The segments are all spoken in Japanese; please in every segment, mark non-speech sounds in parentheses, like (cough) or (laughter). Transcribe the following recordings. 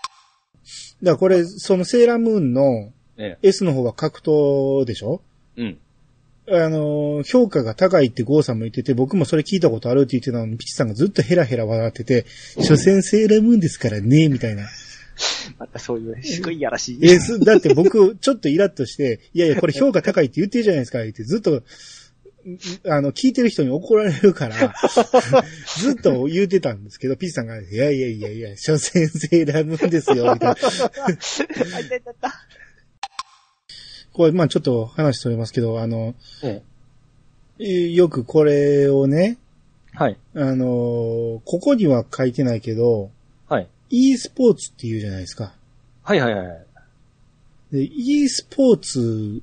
だからこれ、そのセーラームーンのえ S の方が格闘でしょえ。うん。あのー、評価が高いってゴーさんも言ってて、僕もそれ聞いたことあるって言ってたのに、ピチさんがずっとヘラヘラ笑ってて、所詮セーラームーンですからね、みたいな。またそういう、すごいやらしい。え、す、だって僕、ちょっとイラッとして、いやいや、これ評価高いって言ってるじゃないですか、ってずっと、んあの、聞いてる人に怒られるから、ずっと言うてたんですけど、ピチさんが、いやいやいやいや、所詮セーラームーンですよ、みたいな。あいたいたいたこれ、まあちょっと話それますけど、あの、ええよくこれをね、え。はい。あのーここには書いてないけど、はい。 e スポーツって言うじゃないですか。はいはいはいはい。で、e スポーツ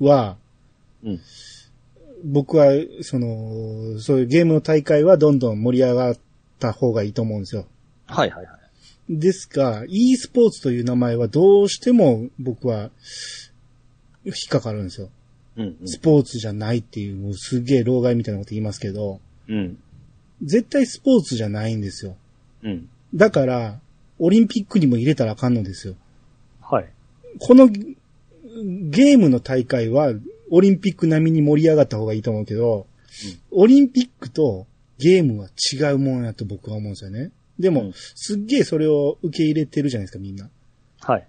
は、うん僕は、その、そういうゲームの大会はどんどん盛り上がった方がいいと思うんですよ。はいはいはい。ですが、e スポーツという名前はどうしても僕は引っかかるんですよ。うん、うん。スポーツじゃないっていう、もうすげえ老害みたいなこと言いますけど、うん。絶対スポーツじゃないんですよ。うん。だから、オリンピックにも入れたらあかんのですよ。はい。このゲゲームの大会はオリンピック並みに盛り上がった方がいいと思うけど、オリンピックとゲームは違うもんやと僕は思うんですよね。でも、うんすっげえそれを受け入れてるじゃないですか、みんな。はい。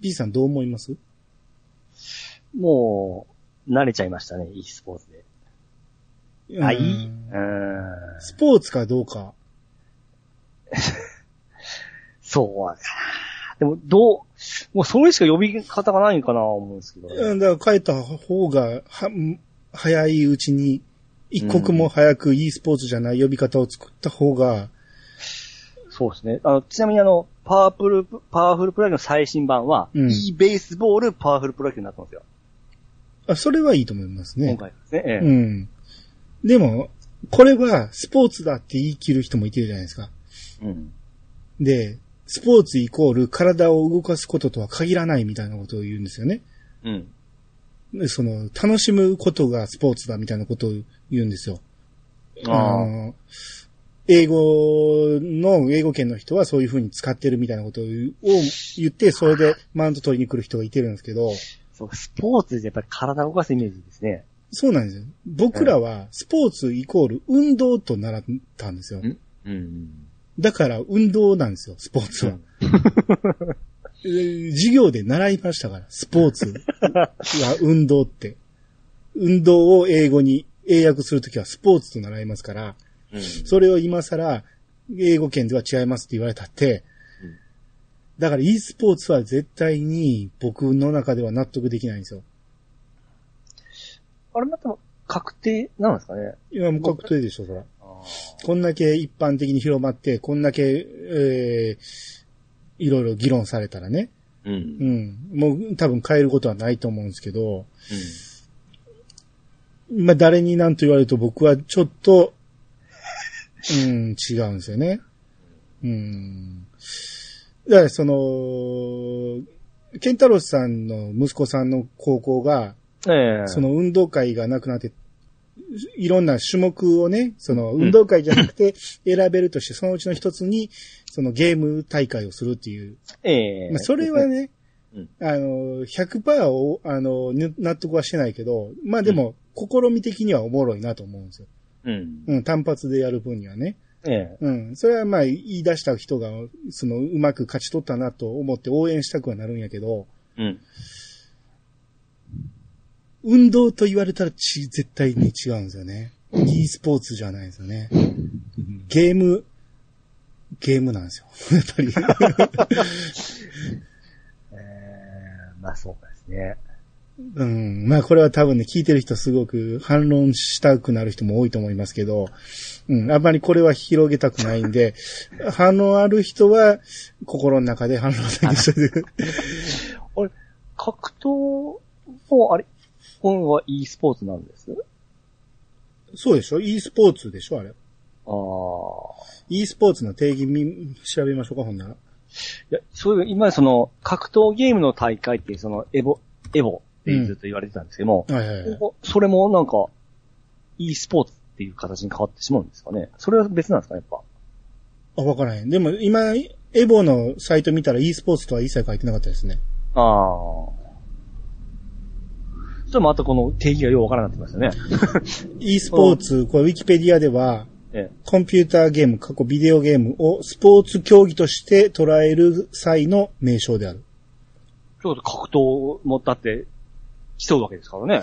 B さんどう思いますもう、慣れちゃいましたね、e スポーツで。あ、いい。ううんーん。スポーツかどうか。そうはかな。でも、どう、もうそれしか呼び方がないんかな、思うんですけどね。うん、だから帰った方が、は、ん早いうちに、一刻も早く e スポーツじゃない呼び方を作った方が、そうですね。あの、ちなみにあの、パワフル、パワフルプロ野球の最新版は、うん e ベースボールパワフルプロ野球になってますよ。あ、それはいいと思いますね。今回ですね。ええうん。でも、これはスポーツだって言い切る人もいてるじゃないですか。うん。で、スポーツイコール体を動かすこととは限らないみたいなことを言うんですよね。うん。でその、楽しむことがスポーツだみたいなことを言うんですよ。ああ。の英語の、英語圏の人はそういう風に使ってるみたいなことを言うを言って、それでマウント取りに来る人がいてるんですけど、そう、スポーツでやっぱり体を動かすイメージですね。そうなんですよ。僕らはスポーツイコール運動と習ったんですよ。うん。だから運動なんですよ、スポーツは。 (laughs) えー授業で習いましたから、スポーツは運動って。運動を英語に英訳するときはスポーツと習いますから、うん。それを今更、英語圏では違いますって言われたってうん、だから e スポーツは絶対に僕の中では納得できないんですよ。あれまた確定なんですかね。今もう確定でしょ、それ。あこんだけ一般的に広まって、こんだけ、えーいろいろ議論されたらね。うん。うんう。ん。もう多分変えることはないと思うんですけど、まあ、誰に何と言われると僕はちょっと、うん、違うんですよね。うん。だからその、ケンタロスさんの息子さんの高校が、ええ。そ、の運動会がなくなって、いろんな種目をね、その運動会じゃなくて選べるとして、そのうちの一つに、そのゲーム大会をするっていう、ええ。まあ、それはね (laughs) うん、あの、100%を、あの、ぬ納得はしてないけど、まあでも、試み的にはおもろいなと思うんですよ。うん。うん、単発でやる分にはね。ええ。うん、それはまあ、言い出した人が、その、うまく勝ち取ったなと思って応援したくはなるんやけど、うん。運動と言われたらち、絶対に違うんですよ (laughs) ね。e スポーツじゃないですよね。ゲーム、ゲームなんですよ。 (laughs) やっぱり。ええ、まあそうですね。うん。まあこれは多分ね、聞いてる人すごく反論したくなる人も多いと思いますけど、うん、あんまりこれは広げたくないんで、 (laughs) 反論ある人は心の中で反論だけしといて格闘も、あれ、本は e スポーツなんですそうでしょ ?e スポーツでしょあれ。ああ。 e スポーツの定義み、調べましょうか、ほんなら。いや、そういう、今その、格闘ゲームの大会って、その、エボ、エボってずっと言われてたんですけども、はいはいはい。ここそれもなんか、e スポーツっていう形に変わってしまうんですかね。それは別なんですか、やっぱ。あ、わからへん。でも今、エエボのサイト見たら e スポーツとは一切書いてなかったですね。ああ。ちょっとまたこの定義がようわからなくなってきましたね。 e スポーツ、これウィキペディアでは、えコンピューターゲーム、過去ビデオゲームをスポーツ競技として捉える際の名称である。ちょっと格闘もだって、しとるわけですからね。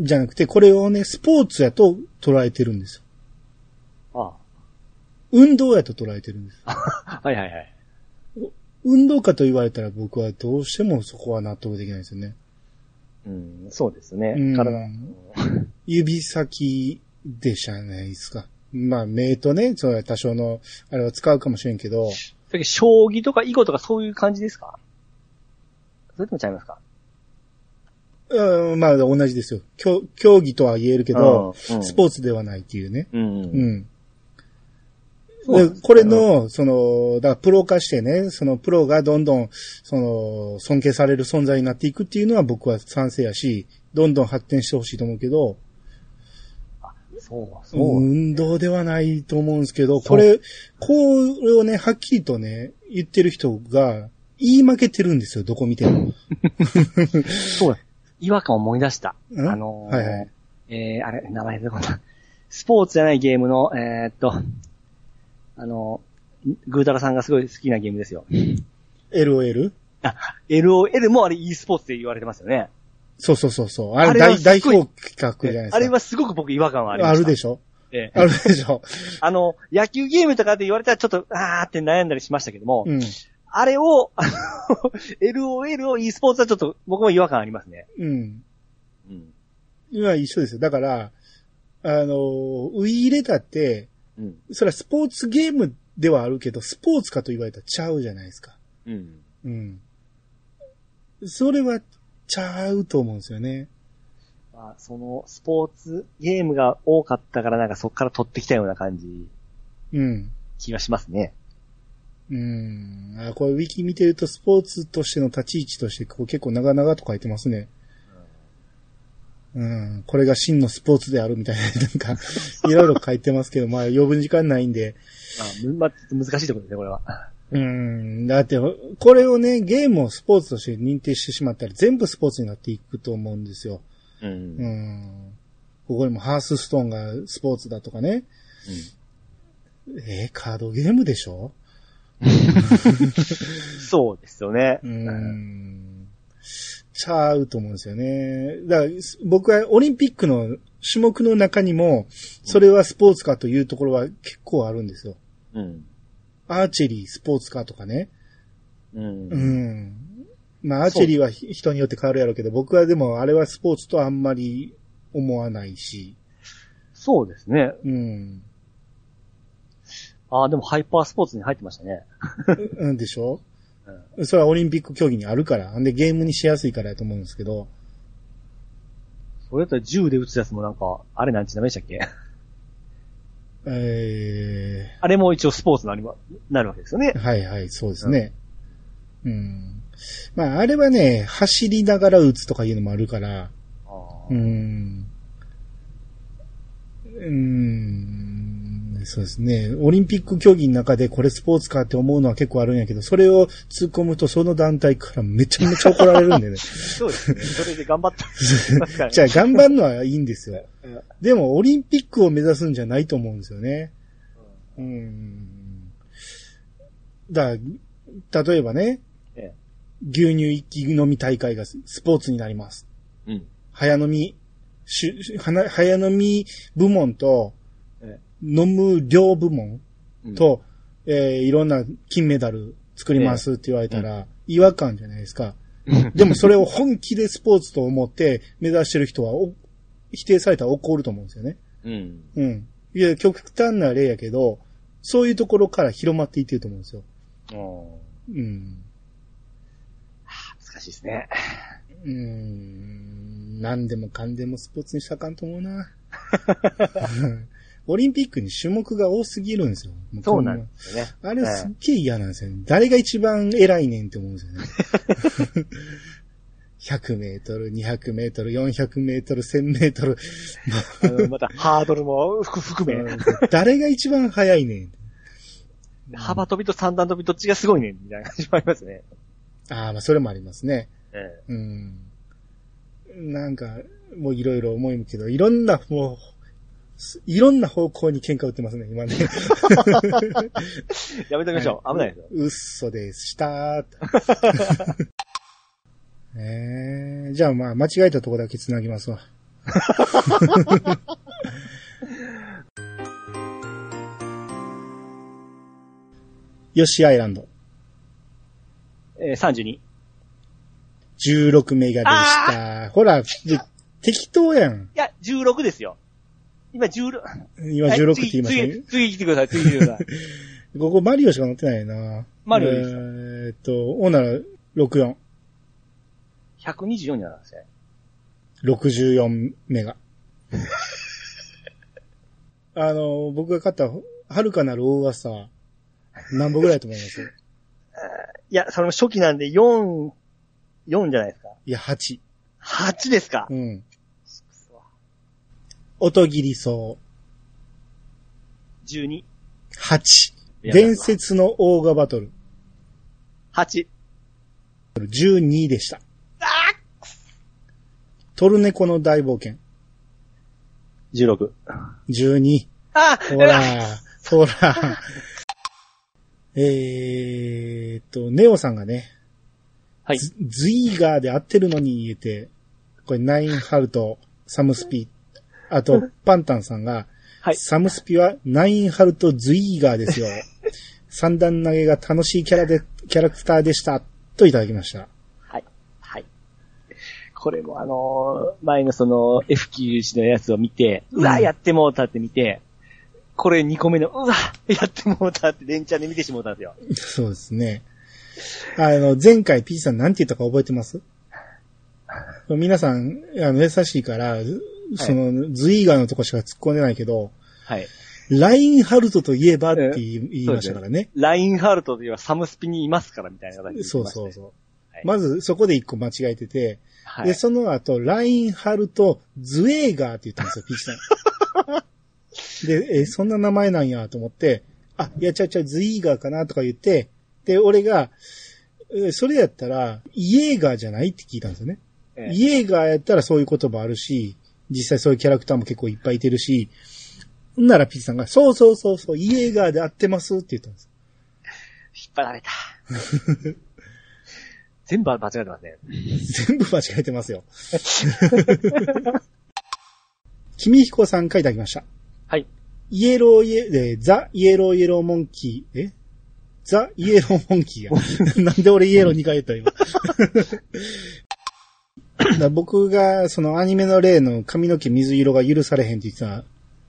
じゃなくて、これをね、スポーツやと捉えてるんですよ。あ運動やと捉えてるんです。あ。はいはいはい。運動家と言われたら僕はどうしてもそこは納得できないですよね。うん、そうですね。うん体の。 (laughs) 指先でしゃないですか。まあ、目とね、それは多少の、あれは使うかもしれんけど、それ将棋とか囲碁とかそういう感じですかそれともちゃいますかうん、まあ、同じですよ。競競技とは言えるけど、うんうんスポーツではないっていうね。ううん。ん。そうなんですでねこれの、その、だからプロ化してね、そのプロがどんどん、その、尊敬される存在になっていくっていうのは僕は賛成やし、どんどん発展してほしいと思うけど、そう、そう。運動ではないと思うんですけど、そうこれ、これをね、はっきりとね、言ってる人が、言い負けてるんですよ、どこ見ても。そうだ。違和感を思い出した。あんのーはいはいえー、あれ、名前出てこない。スポーツじゃないゲームの、えーっと、あのー、グータラさんがすごい好きなゲームですよ。 LOL? LOL もあれ e スポーツで言われてますよね。そうそうそうそう。ああれれは大、代すごい表企画じゃないですか。あれはすごく僕違和感はありまあした。るでししょょ。ええあるで (laughs) しょあの、野球ゲームとかで言われたらちょっと、あーって悩んだりしましたけども、うん。あれを、あの LOL を e スポーツはちょっと僕も違和感ありますね。うん。うん。今一緒ですよ。だから、あの、ウイイレタって、うん。それはスポーツゲームではあるけど、スポーツかと言われたらちゃうじゃないですか。うん。うん。それは、ちゃうと思うんですよね。まあ、その、スポーツゲームが多かったからなんかそこから取ってきたような感じ、うん。気がしますね。うん。あ、これウィキ見てるとスポーツとしての立ち位置としてこう結構長々と書いてますね。うん。これが真のスポーツであるみたいな、なんか、いろいろ書いてますけど、まあ余分時間ないんで。まあ、むまあ、ちょっと難しいところですね、これは。うん。だって、これをね、ゲームをスポーツとして認定してしまったら全部スポーツになっていくと思うんですよ。うん。ううんん。ここにもハースストーンがスポーツだとかね。えーカードゲームでしょそうですよね。うーんちゃうと思うんですよね。だから、す僕はオリンピックの種目の中にも、それはスポーツかというところは結構あるんですよ。うん。アーチェリー、スポーツかとかね。うん。ううんん。まあ、アーチェリーはひ人によって変わるやろうけど、僕はでもあれはスポーツとあんまり思わないし。そうですね。 (laughs) うん。ああ、でもハイパースポーツに入ってましたね。うんでしょそれはオリンピック競技にあるから。んで、ゲームにしやすいからやと思うんですけど。それだったら銃で撃つやつもなんか、あれなんちなめでしたっけ (laughs) えー、あれも一応スポーツになりま、なるわけですよね。はいはい、そうですね。うん。まあ、あれはね、走りながら打つとかいうのもあるから、あうーん。うん、そうですね。オリンピック競技の中でこれスポーツかって思うのは結構あるんやけど、それを突っ込むとその団体からめちゃめちゃ怒られるんでね。そうですね。それで頑張 (laughs) ったりしますからねじゃあ頑張るのはいいんですようん。でもオリンピックを目指すんじゃないと思うんですよね。うん。だから例えばねええ、牛乳一気飲み大会がススポーツになります。うん。早飲み、しゅしはな早飲み部門とえ、飲む量部門うん、と、えーいろんな金メダル作りますって言われたら、違和感じゃないですか。でもそれを本気でスポーツと思って目指してる人はお、否定されたら怒ると思うんですよね。うん。うん。いや、極端な例やけど、そういうところから広まっていってると思うんですよ。うんうん。難しいですね。うーん。何でもかんでもスポーツにしたらあかんと思う (laughs) な。オリンピックに種目が多すぎるんですよ。もそうなんです (laughs) よね。あれすっげえ嫌なんですよね。誰が一番偉いねんって思うんですよね。100メートル、200メートル、400メートル、1000メートル。あのまた、ハードルも含含め。誰が一番速いねん。幅飛びと三段飛びどっちがすごいねんみたいな感じもありますね。ああ、まあ、それもありますね。えうん。なんか、もういろいろ思いもけど、いろんな、もう、すいろんな方向に喧嘩売ってますね、今ね。えやめときましょう。危ないですよ。嘘でした。 (laughs) えー、じゃあまあ、間違えたとこだけ繋ぎます (laughs) わ。 (laughs) ヨッシーアイランド、えー、32。 16メガでした。ほら、で適当やん。いや、16ですよ。今16。今16って言いましたはね次、。次次来てください、次来てく (laughs) ださい。ここマリオしか乗ってないな。マリオでえすーっと、オーナー64、 124になるんですね。 64メ (laughs) ガ。あの、僕が買った、はるかなる大噂、何本ぐらいだと思いますいや、それも初期なんで4、4じゃないですか。いや、8。 8ですか。うん。音切り層、 12。 8。伝説のオーガバトル、 8。 12でした。トルネコの大冒険、 16。 12。あほ (laughs) ら、ほら。えーっと、ネオさんがね、はい。ズズイーガーで合ってるのに言えて、これ、ナインハルト、サムスピ、あと、パンタンさんが、はいサムスピはナインハルトズイーガーです (laughs) よ。三段投げが楽しいキャラで、キャラクターでした、といただきました。はい。これもあのー前のその F91 のやつを見て、うわ、やってもうたって見て、これ2個目の、うわ、やってもうたって連チャンで見てしもうたんですよ。 (laughs) そうですね。あの、前回 P さんなんて言ったか覚えてます皆さん、あの、優しいから、その、ズイーガーのとこしか突っ込んでないけど、はい。ラインハルトといえばって言い言いそうましですたねからね。ラインハルトではサムスピにいますからみたいな形で、そうそうそう。はいまず、そこで一個間違えてて、はで、い。その後、ラインハルト・ズエーガーって言ったんですよ、ピー (laughs) チさん。で、え、そんな名前なんやと思って、あ、いや、ちゃうちゃう、ズイーガーかなとか言って、で、俺が、えそれやったら、イエーガーじゃないって聞いたんですよね。ええイエーガーやったらそういう言葉あるし、実際そういうキャラクターも結構いっぱいいてるし、んならピーチさんが、そうそうそうそう、イエーガーで合ってますって言ったんです。引っ張られた。全部間違えてますね。全部間違えてますよ。 (laughs) 君彦さんからいただきました。はい。イエローイエ、えーザ・イエローイエローモンキー、えザ・イエローモンキーや。なん (laughs) で俺イエロー2回言った今。 (laughs) だから僕が、そのアニメの例の髪の毛水色が許されへんって言ってた、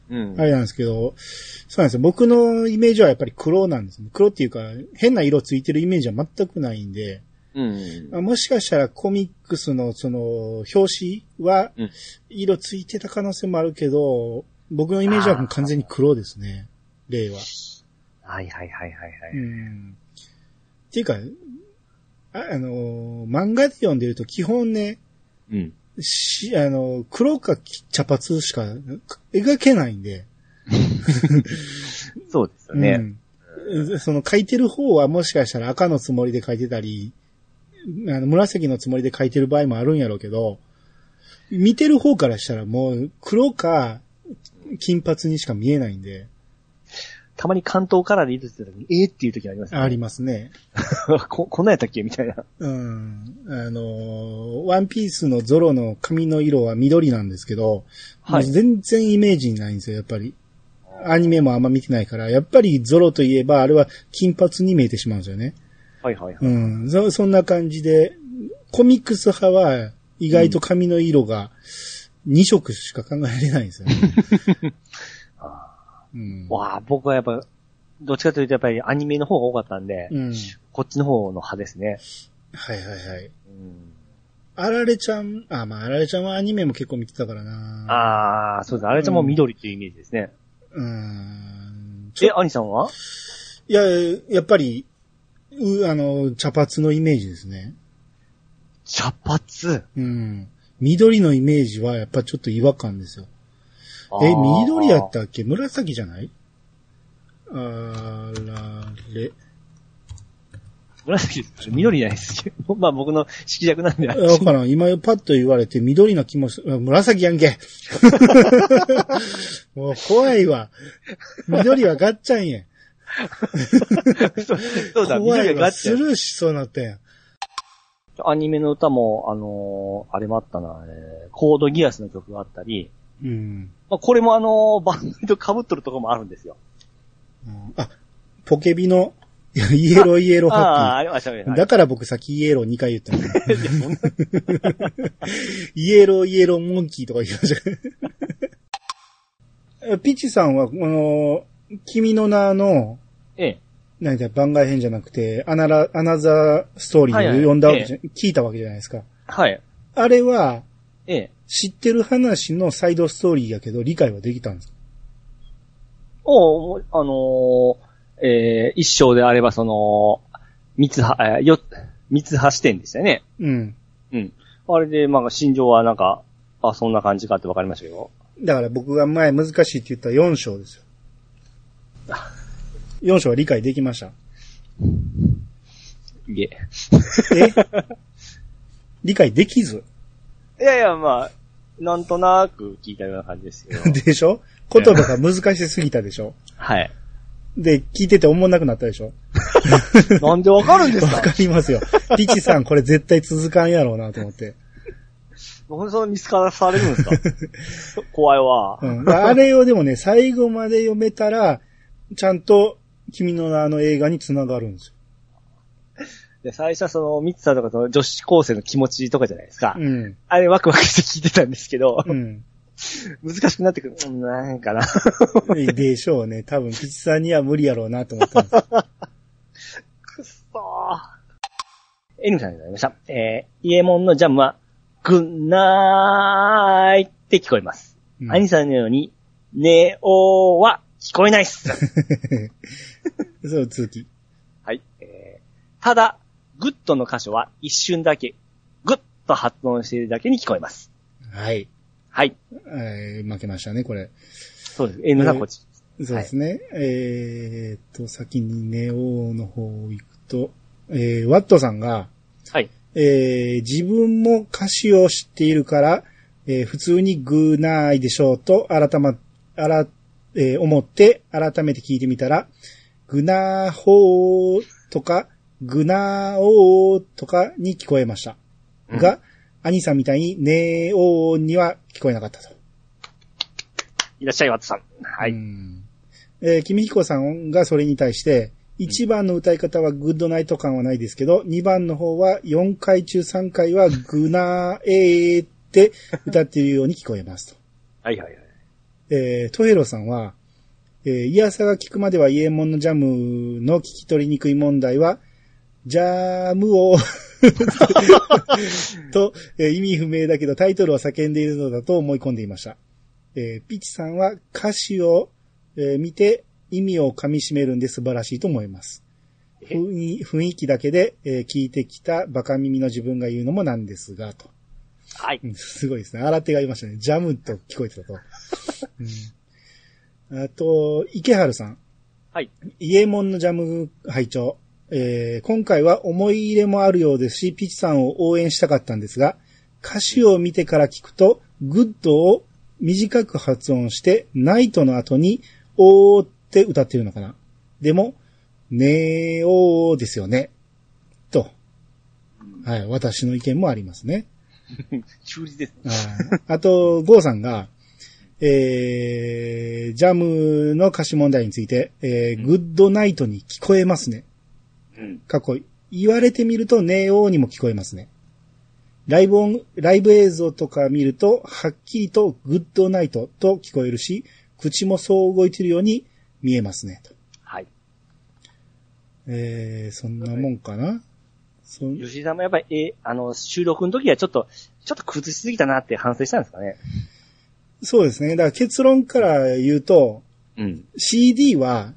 うん。あれなんですけど、そうなんですよ。僕のイメージはやっぱり黒なんですね。黒っていうか、変な色ついてるイメージは全くないんで、うん。あもしかしたらコミックスのその表紙はうん色ついてた可能性もあるけど、僕のイメージはもう完全に黒ですね。例は。はいはいはいはいはうい。ん。っていうか、ああのー漫画で読んでると基本ね、うん。し、あのー黒か茶髪しか描けないんで。そうですよね。うん。その書いてる方はもしかしたら赤のつもりで書いてたり、あの紫のつもりで書いてる場合もあるんやろうけど、見てる方からしたらもう黒か金髪にしか見えないんで、たまに関東カラーでいいとした時に、えー、っていう時ありますね。ありますね。 (laughs) こ、こんなんやったっけみたいな。うん。あのー、ワンピースのゾロの髪の色は緑なんですけど、はいもう全然イメージにないんですよ、やっぱり。アニメもあんま見てないから、やっぱりゾロといえば、あれは金髪に見えてしまうんですよね。はいはいはい。うん。そ、そんな感じで、コミックス派は意外と髪の色が2色しか考えられないんですよね。うん。わあ僕はやっぱ、どっちかというとやっぱりアニメの方が多かったんで、うん。こっちの方の派ですね。はいはいはい。うん、あられちゃん、あ、まあ、あられちゃんはアニメも結構見てたからなああ、そうです。あれちゃんも緑っていうイメージですね。うーんちえ、ょ兄さんはいや、やっぱり、う、あの、茶髪のイメージですね。茶髪。うん。緑のイメージはやっぱちょっと違和感ですよ。え、緑やったっけ紫じゃないあられ。紫です。緑じゃないですけど。 (laughs) まあ僕の色弱なんで、ああわからん。今パッと言われて緑な気もする。あ紫やん (laughs) け。もう怖いわ。緑はガッチャンやん。 (laughs) そうそうだ、怖緑いがあわ。っスて。ルーしそうになったやん。アニメの歌も、あのーあれもあったな、えーコードギアスの曲があったり、うん。まあ、これもあのーバンドと被っとるとこもあるんですよ。うんあ、ポケビの、 (laughs) いやイエローイエローああ、ハありましたねッピー。。だから僕さっきイエロー2回言 (laughs) ったの。イエローイエローモンキーとか言いま (laughs) したけどピチさんは、この、君の名の、ええ。何だ、番外編じゃなくて、アナラ、アナザーストーリーを読んだわけじゃ、聞いたわけじゃないですか。はい。あれは、ええ。知ってる話のサイドストーリーやけど、理解はできたんですかおうあのーえー一生であればその、三つは、えーよ、三つは視点でしたよね。うん。うん。あれで、まあ、心情はなんか、あ、そんな感じかってわかりましたよ。だから僕が前難しいって言った4章ですよ。4章は理解できま (laughs) した。いええ。理解できずいやいや、まあ、なんとなく聞いたような感じですけど。でしょ言葉が難しすぎたでしょ (laughs) はい。で、聞いてて思んなくなったでしょなんでわか (laughs) るんですわかりますよ。ピチさんこれ絶対続かんやろうなと思って。なんでそんな見つからされるんです (laughs) か怖いわ。うん。あれをでもね、最後まで読めたら、ちゃんと君の名の映画に繋がるんですよ。で最初はその、ミツさんとかその女子高生の気持ちとかじゃないですか。うん。あれワクワクして聞いてたんですけど、うん。難しくなってくる。うんなんかな。でしょうね。多分、ピチさんには無理やろうなと思ったんですよ。くっそー。エルムさんになりました。えー、イエモンのジャムは、ぐんなーいって聞こえます。うんアニさんのように、ネオは聞こえないっす。 (laughs) (laughs) そう、続き。はい。えーただ、グッドの箇所は一瞬だけ、グッと発音しているだけに聞こえます。はい。はい。えー負けましたね、これ。そうです。N さんこっち。そうですね。えーっと、先にネオの方行くと、えーワットさんが、はい。えー自分も歌詞を知っているから、えー普通にグーナーイでしょうと、改ま、あら、えー思って、改めて聞いてみたら、グナーホーとか、グナーオーとかに聞こえました。が、アニさんみたいにネーオーには聞こえなかったと。いらっしゃい、ワットさん。はうい。んえー君彦さんがそれに対して、1番の歌い方はグッドナイト感はないですけど、2番の方は4回中3回はグナーえーって歌っているように聞こえますと。はいはいはい。えートヘロさんは、えー、イヤサが聞くまではイエモンのジャムの聞き取りにくい問題は、ジャームを、と、えー意味不明だけどタイトルを叫んでいるのだと思い込んでいました。えーピチさんは歌詞を、えー見て意味を噛み締めるんで素晴らしいと思います。え雰囲雰囲気だけで、えー聞いてきたバカ耳の自分が言うのもなんですが、と。はい。うんすごいですね。新手がいましたね。ジャムと聞こえてたと。うん、あと、池原さん。はい。イエモンのジャム拝聴。えー今回は思い入れもあるようですし、ピチさんを応援したかったんですが、歌詞を見てから聞くと、グッドを短く発音して、ナイトの後に、おーって歌ってるのかな。でも、ねーおーですよね。と。はい、私の意見もありますね。中字です。はいあと、ゴーさんが、えー、ジャムの歌詞問題について、えーグッドナイトに聞こえますね。うん。過去、言われてみるとネオにも聞こえますね。ライブ音、ライブ映像とか見ると、はっきりとグッドナイトと聞こえるし、口もそう動いてるように見えますね。とはい。えー、そんなもんかな。そん吉井さんもやっぱり、えーあの、収録の時はちょっと、ちょっと崩しすぎたなって反省したんですかね。そうですね。だから結論から言うと、うん。 CD は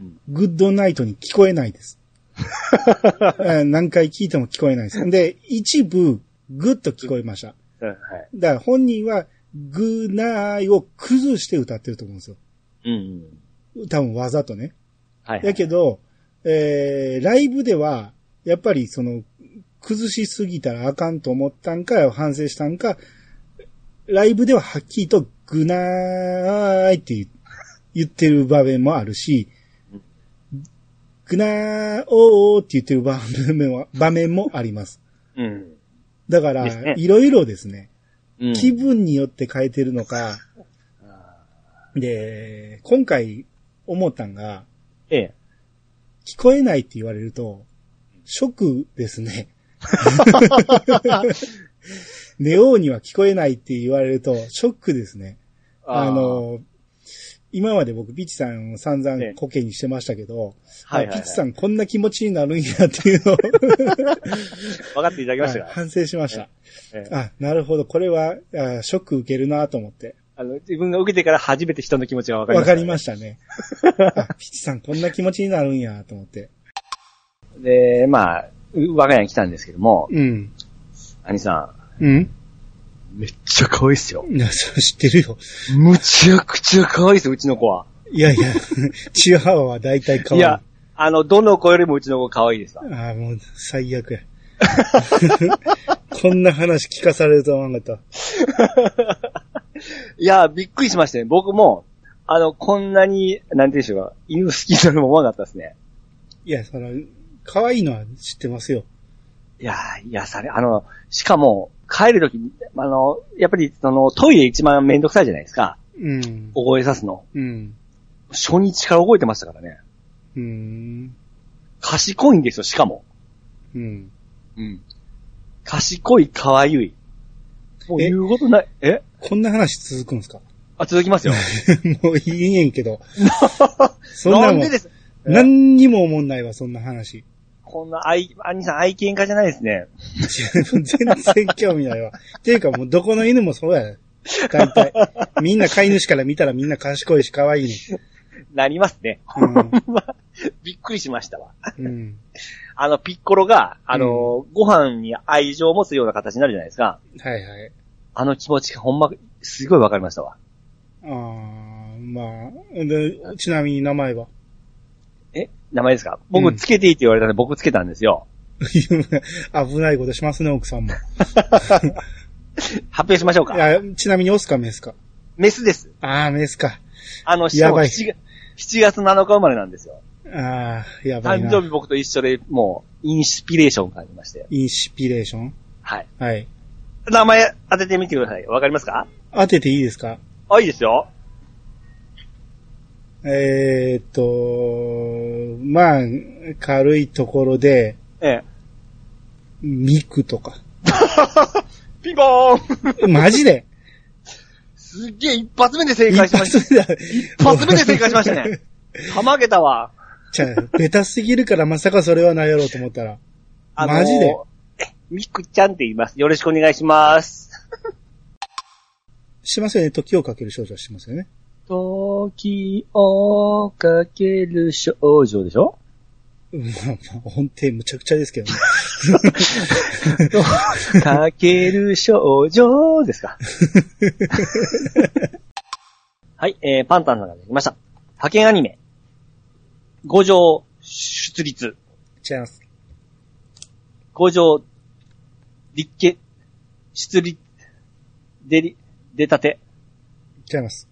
うん、グッドナイトに聞こえないです。えー何回聞いても聞こえないです。で、一部、グッと聞こえました。うん、はい。だから本人は、グーナーイを崩して歌ってると思うんですよ。うん。多分わざとね。はい。やけど、えー、ライブでは、やっぱりその、崩しすぎたらあかんと思ったんか、反省したんか、ライブでははっきりと、ぐなーいって言う言ってる場面もあるし、ぐなー、おーおーって言ってる場面は、場面もあります。うん。だかですねら、いろいろですね。うん。気分によって変えてるのか、 (laughs) で、今回思ったんが、ええ。聞こえないって言われると、ショックです (laughs) ね。ネオには聞こえないって言われると、ショックですね。あー、の、今まで僕、ピチさんを散々ええコケにしてましたけど、はいはいはあいピチさんこんな気持ちになるんやっていう (laughs) のを分かっていただきましたはいか (laughs) 反省しました。ええあ、なるほど。これは、あショック受けるなと思って。あの、自分が受けてから初めて人の気持ちが分かりまわしかたりましたね。あ、ピチさんこんな気持ちになるんやと思って。で、まあ、う我が家に来たんですけども、うん。兄さうんん、めっちゃ可愛いっすよ。いや、そう知ってるよ。むちゃくちゃ可愛いっすよ、うちの子は。いやいや、チワワは大体可愛い。いや、あの、どの子よりもうちの子可愛いですわ。ああ、もう最悪や。 (laughs) こんな話聞かされると思わなかっいや、びっくりしましたね。僕も、あの、こんなに、なんていうんでしょうか、犬好きになるも思わなかったですね。た。いや、その、可愛いのは知ってますよ。いやー、いや、され、あの、しかも、帰るときに、あの、やっぱり、その、トイレ一番めんどくさいじゃないですか。うん。覚えさすの。うん。初日から覚えてましたからね。うん。賢いんですよ、しかも。うん。うん。賢い、可愛い。もう言うことない。えこんな話続くんですかあ、続きますよ。 (laughs) もういいねんけ (laughs) ど。そんななんもんで、です。何にも思んないわ、そんな話。こんな愛、兄さん愛犬家じゃないですね。全然興味ないわ。っていうかもうどこの犬もそうや。大体。みんな飼い主から見たらみんな賢いし可愛いね。なりますね。うん。 (laughs) びっくりしましたわ。うん。あの、ピッコロが、あの、ご飯に愛情を持つような形になるじゃないですか。はいはい。あの気持ちがほんま、すごいわかりましたわ。あー、まあ、でちなみに名前は (laughs) え名前ですかう僕んつけていいって言われたんで僕つけたんですよ。危ないことしますね、奥さんも。発表しましょういか。やちなみにオスかメスか。メスです。あー、メスか。あの、しやかもばい7月7月7日生まれなんですよ。あー、やばい誕な。生日僕と一緒で、もう、インスピレーション感じまして。インシピレーションはい。はい。名前当ててみてください。わかりますか当てていいですかあ、いいですよ。えーっと、まあ、軽いところで、ええ。ミクと (laughs) か。ピンポーンマジですっげえ一発目で正一解しました。発目だ。一発目で正解しました (laughs) ね。たまげたわ。じゃあ、ベタすぎるからまさかそれはないやろうと思ったら。あのーマジでえ、みくちゃんって言います。よろしくお願いします。しますよね。時をかける少女はしますよね。時をかける少女でしょうんまあまあ (laughs) 本体むちゃくちゃですけどね。 (laughs) かける少女ですか。はい、えー、パンタンさんができました。派遣アニメ。五条出立。違います。五条立家、出立、出り、出たて。違います。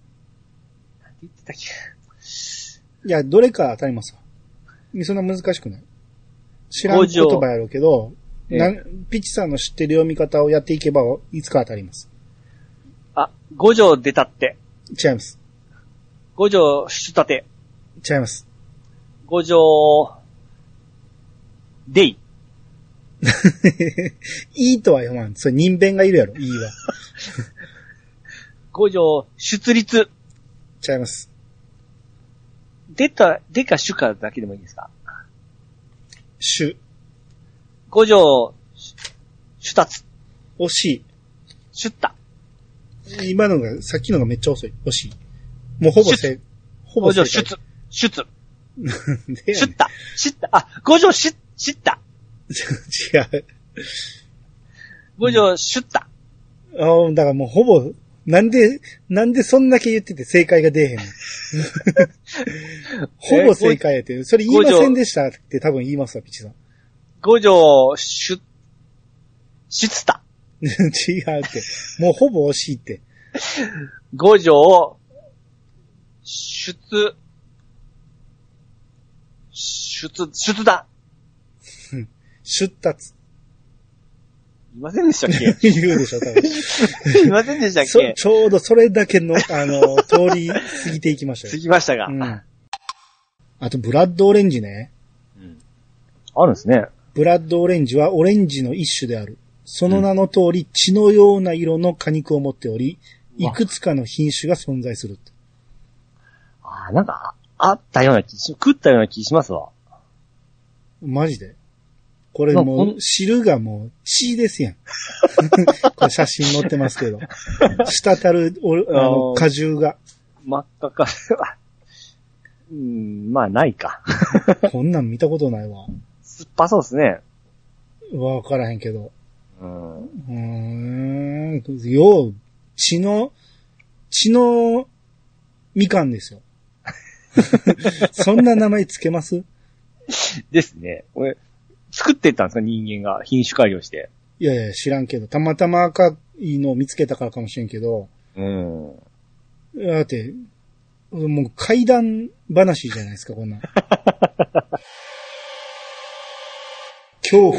なんて言ってたっけいや、どれか当たりますわ。そんな難しくない。知らん五言条葉やろうけど、ええなんピッチさんの知ってる読み方をやっていけば、いつか当たります。あ、五条出たって。違います。五条出たて。違います。 (laughs) 五条、デイ。いいとは読まん。それ人弁がいるやろ。いいわ。五条、出立。違います。出た、出か主かだけでもいいですか主。五条、主達。惜し出た。い。今のが、さっきのがめっちゃ遅い。惜しい。もうほぼ正、ほぼ五正条、解。出。出。なん (laughs) でや出た。知った。あ、五条、し、知った。ねん (laughs) 違う。五条、出た。あーだからもうほぼ、なんで、なんでそんだけ言ってて正解が出えへんの (laughs) ほぼ正解やって。それ言いませんでしたって多分言いますわ、ピチさん。 (laughs) 五条、しゅ、しつた。違うって。もうほぼ惜しいって。五条、しゅつ、しゅつ、しゅつだ。出達。いませんでしたっけ言うでしょ、多分。 (laughs) いませんでしたっそけちょうどそれだけの、あの、通り過ぎていきま (laughs) した過よ。ぎましたが。うん。あと、ブラッドオレンジね。うんあるんですね。ブラッドオレンジはオレンジの一種である。その名の通り、血のような色の果肉を持っており、うわいくつかの品種が存在する。あーなんか、ああったような気し、食ったような気しますわ。マジでこれまあもほう、ん汁がもう血です (laughs) やん。これ写真載ってますけど。滴るおあのあー果汁が。真っ赤か。 (laughs) うん、まあ、ないか。こんなん見たことないわ。酸っぱそうですね。わからへんけど。うん。うーん。よう、血の、血のみかんです (laughs) よ。そんな名前つけますですね。俺、作ってったんですか人間が。品種改良して。いやいや、知らんけど。たまたま赤いのを見つけたからかもしれんけど。うん。だって、もう怪談話じゃないですか、こんなん。恐怖、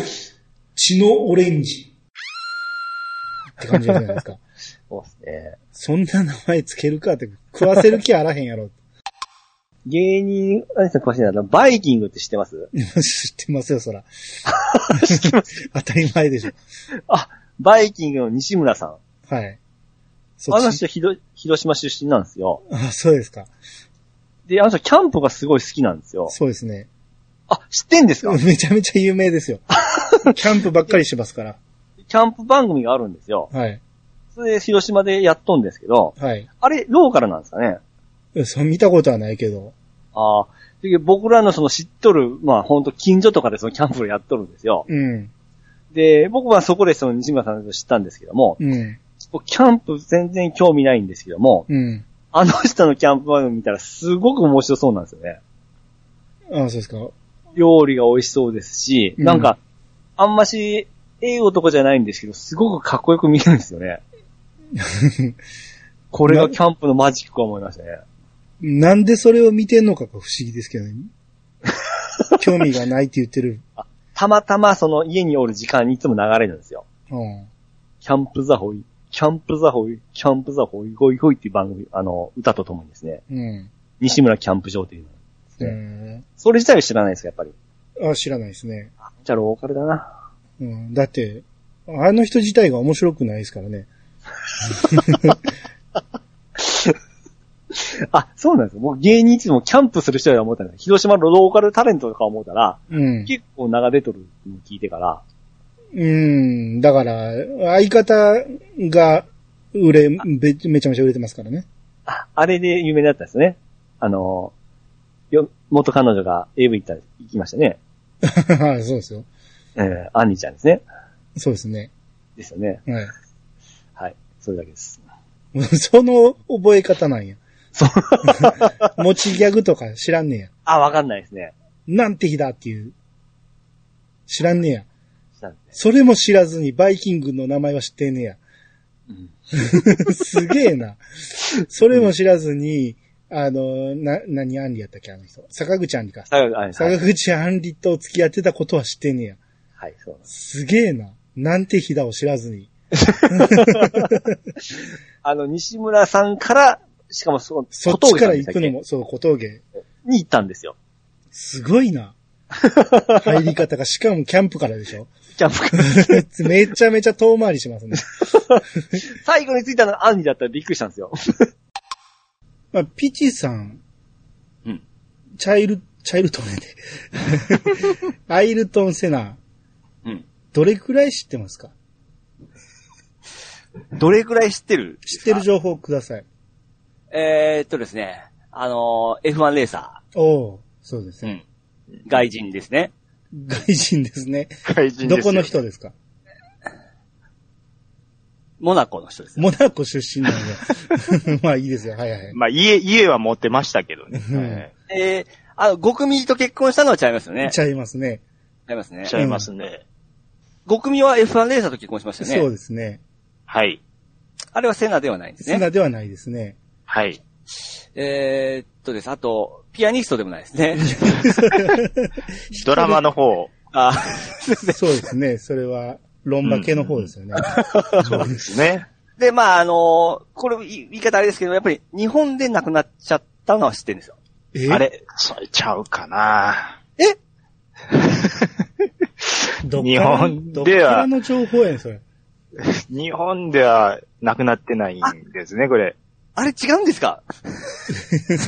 血のオレンジ。って感じじゃないですか。そうですね。そんな名前つけるかって、食わせる気あらへんやろ。芸人、あれですね、詳しいな。あのバイキングって知ってます知ってますよ、そら。知ってます。当たり前でしょ。バイキングの西村さん。はい。そあのっち。人、ひど広島出身なんですよ。あ、そうですか。で、あの人、キャンプがすごい好きなんですよ。そうですね。あ、知ってんですかめちゃめちゃ有名 (laughs) ですよ。キャンプばっかりしますから。キャンプ番組があるんですよ。はい。それで広島でやっとんですけど、はい。あれ、ローカルなんですかねそう、見たことはないけど。ああ。で僕らのその知っとる、まあ本当近所とかでそのキャンプをやっとるんですよ。うん。で、僕はそこでその西村さんと知ったんですけども、うん。僕キャンプ全然興味ないんですけども、うん。あの人のキャンプ番組見たらすごく面白そうなんですよね。ああ、そうですか。料理が美味しそうですし、うんなんか、あんまし、ええ男じゃないんですけど、すごくかっこよく見えるんですよ (laughs) ね。これがキャンプのマジックか思いましたね。なんでそれを見てんのかが不思議です (laughs) けどね。興味がないって言ってる。たまたまその家におる時間にいつも流れるんですよ。うん。キャンプザホイ、キャンプザホイ、キャンプザホイ、ゴイゴイっていう番組、あの、歌とともにですね、うん。西村キャンプ場というの。うそれ自体は知らないですか、やっぱり。ん。あ、知らないですね。じゃあローカルだな。うん。だって、あの人自体が面白くないですからね。あ、そうなんですよ。もう芸人いつもキャンプする人や思ったら、広島のローカルタレントとか思ったら、うん。結構長出とるのを聞いてから、うん。だから、相方が売れ、べめちゃめちゃ売れてますからね。 (laughs) あ、あれで有名だったんですね。あの、よ、元彼女が AV 行った、行きましたね。はい、そうですよ。えー、アンニちゃんですね。そうですね。ですよね。はい。はい。それだけです。 (laughs) その覚え方なんや。。そう (laughs) 持ちギャグとか知らんねや。あ、わかんないですね。なんて日だっていう。知らんねや。したんですね。それも知らずにバイキングの名前は知ってんねや。うん。 (laughs) すげえな。それも知らずに、あの、な、何アンリやったっけあの人。坂口アンリか。最後、あれ、坂口アンリと付き合ってたことは知ってんねや。はい、そうなんです。すげえな。なんて日だを知らずに。あの、西村さんから、しかもその、そ小っち峠かさんらで行したっくけのも、そう、小峠。に行ったんですよ。すごいな。入り方が、しかもキャンプからでしょ (laughs) キャンプから。めちゃめちゃ遠回りしますね。最後に着いたのがアンニだったらびっくりしたんですよ。まあ、ピチさん。うんチャイル、チャイルトンや (laughs) で。アイルトン・セナ、うん。どれくらい知ってますかどれくらい知ってる知ってる情報ください。えー、っとですね、あのー F1 レーサおおそうですね。ー、外人ですね。外人ですね。怪人ですどよこの人ですかモナコの人ですね。モナコ出身なん (laughs) で。まあいいですよ、はいはい。まあ、家、家は持ってましたけどね。はいえー、あの、ゴクミと結婚したのは違いますよね。ちゃいますね。違いますねち。ゃいますね。ゴクミは F1 レーサーと結婚しましたそようね。ですね。はい。あれはセナではないんですセね。ナではないですね。はい。えー、っとです。あと、ピアニストでもないですね。ドラマの方。あ (laughs) そうですね。それは、ロンバ系の方ですよね。そうですね。で、まあ、あのーこれ言い言い方あれですけど、やっぱり日本で亡くなっちゃったのは知ってるんですよ。えあれ、それちゃうかなどっ日から本どっかではらの情報やねん、それ。日本ではなくなってないんですね、これ。あれ違うんです (laughs) か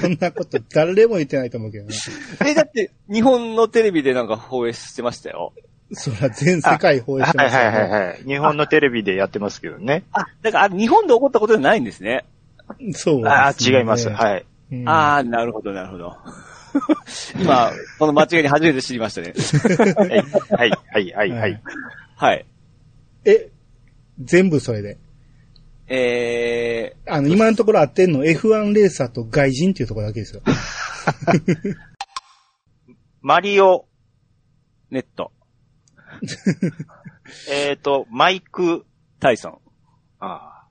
そんなこと誰も言ってないと思うけどな。え、だって、日本のテレビでなんか放映してましたよ。そら全世界放映はしいてますよはね。いはいはい。日本のテレビでやってますけどね。あ、だからあれ日本で起こったことじゃないんですね。そうですね、ああ、違います。はい。い。ああ、なるほど、なるほど。 (laughs) 今、この間違いに初めて知りましたね。はい、はい、はい、はいはい。はい。え、全部それで。えあの、今のところ合ってんの F1 レーサーと外人っていうところだけですよ。マリオ、ー、ネット、えっと、マイク、タイソン、あ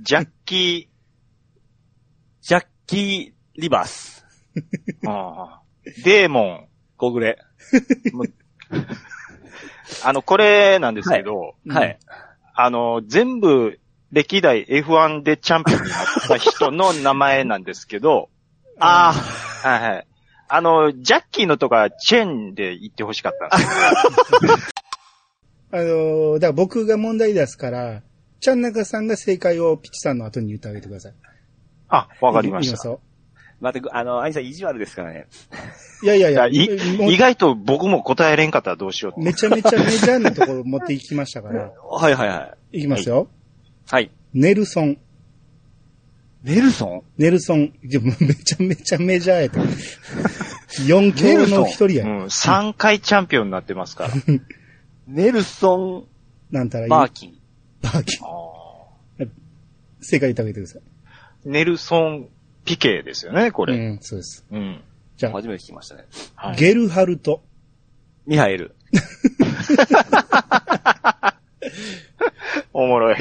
ージャッキジャッキー・リバース、ー、あーデーモン。ゴグレ。あの、これなんですけど、はい。あの、全部、歴代 F1 でチャンピオンになった人の名前なんですけど、あはいはい。あの、ジャッキーのとか、チェンで言ってほしかったんですよあのーだから僕が問題出すから、ちゃんなかさんが正解をピチさんの後に言ってあげてください。あ、わかりましいいた。すよー、また、あの、アニさん意地悪ですからね。いやいやいや、いもう意外と僕も答えれんかったらどうしようって。めちゃめちゃメジャーなところ持っていきましたから。はいはいはい。いきますよ。はい。ネルソン。ネルソンネルソン。いやもうめちゃめちゃメジャーやった。4強の一人うや、ん、3回チャンピオンになってますから。ネルソなんたらン・いい。マバーキン。ーキン。正解言ってあげてください。ネルソン・ピケですよね、こうれ。ん、そうです。うん。じゃあ、初めて聞きましたね。はいゲルハルト。ミハエル。おもろい。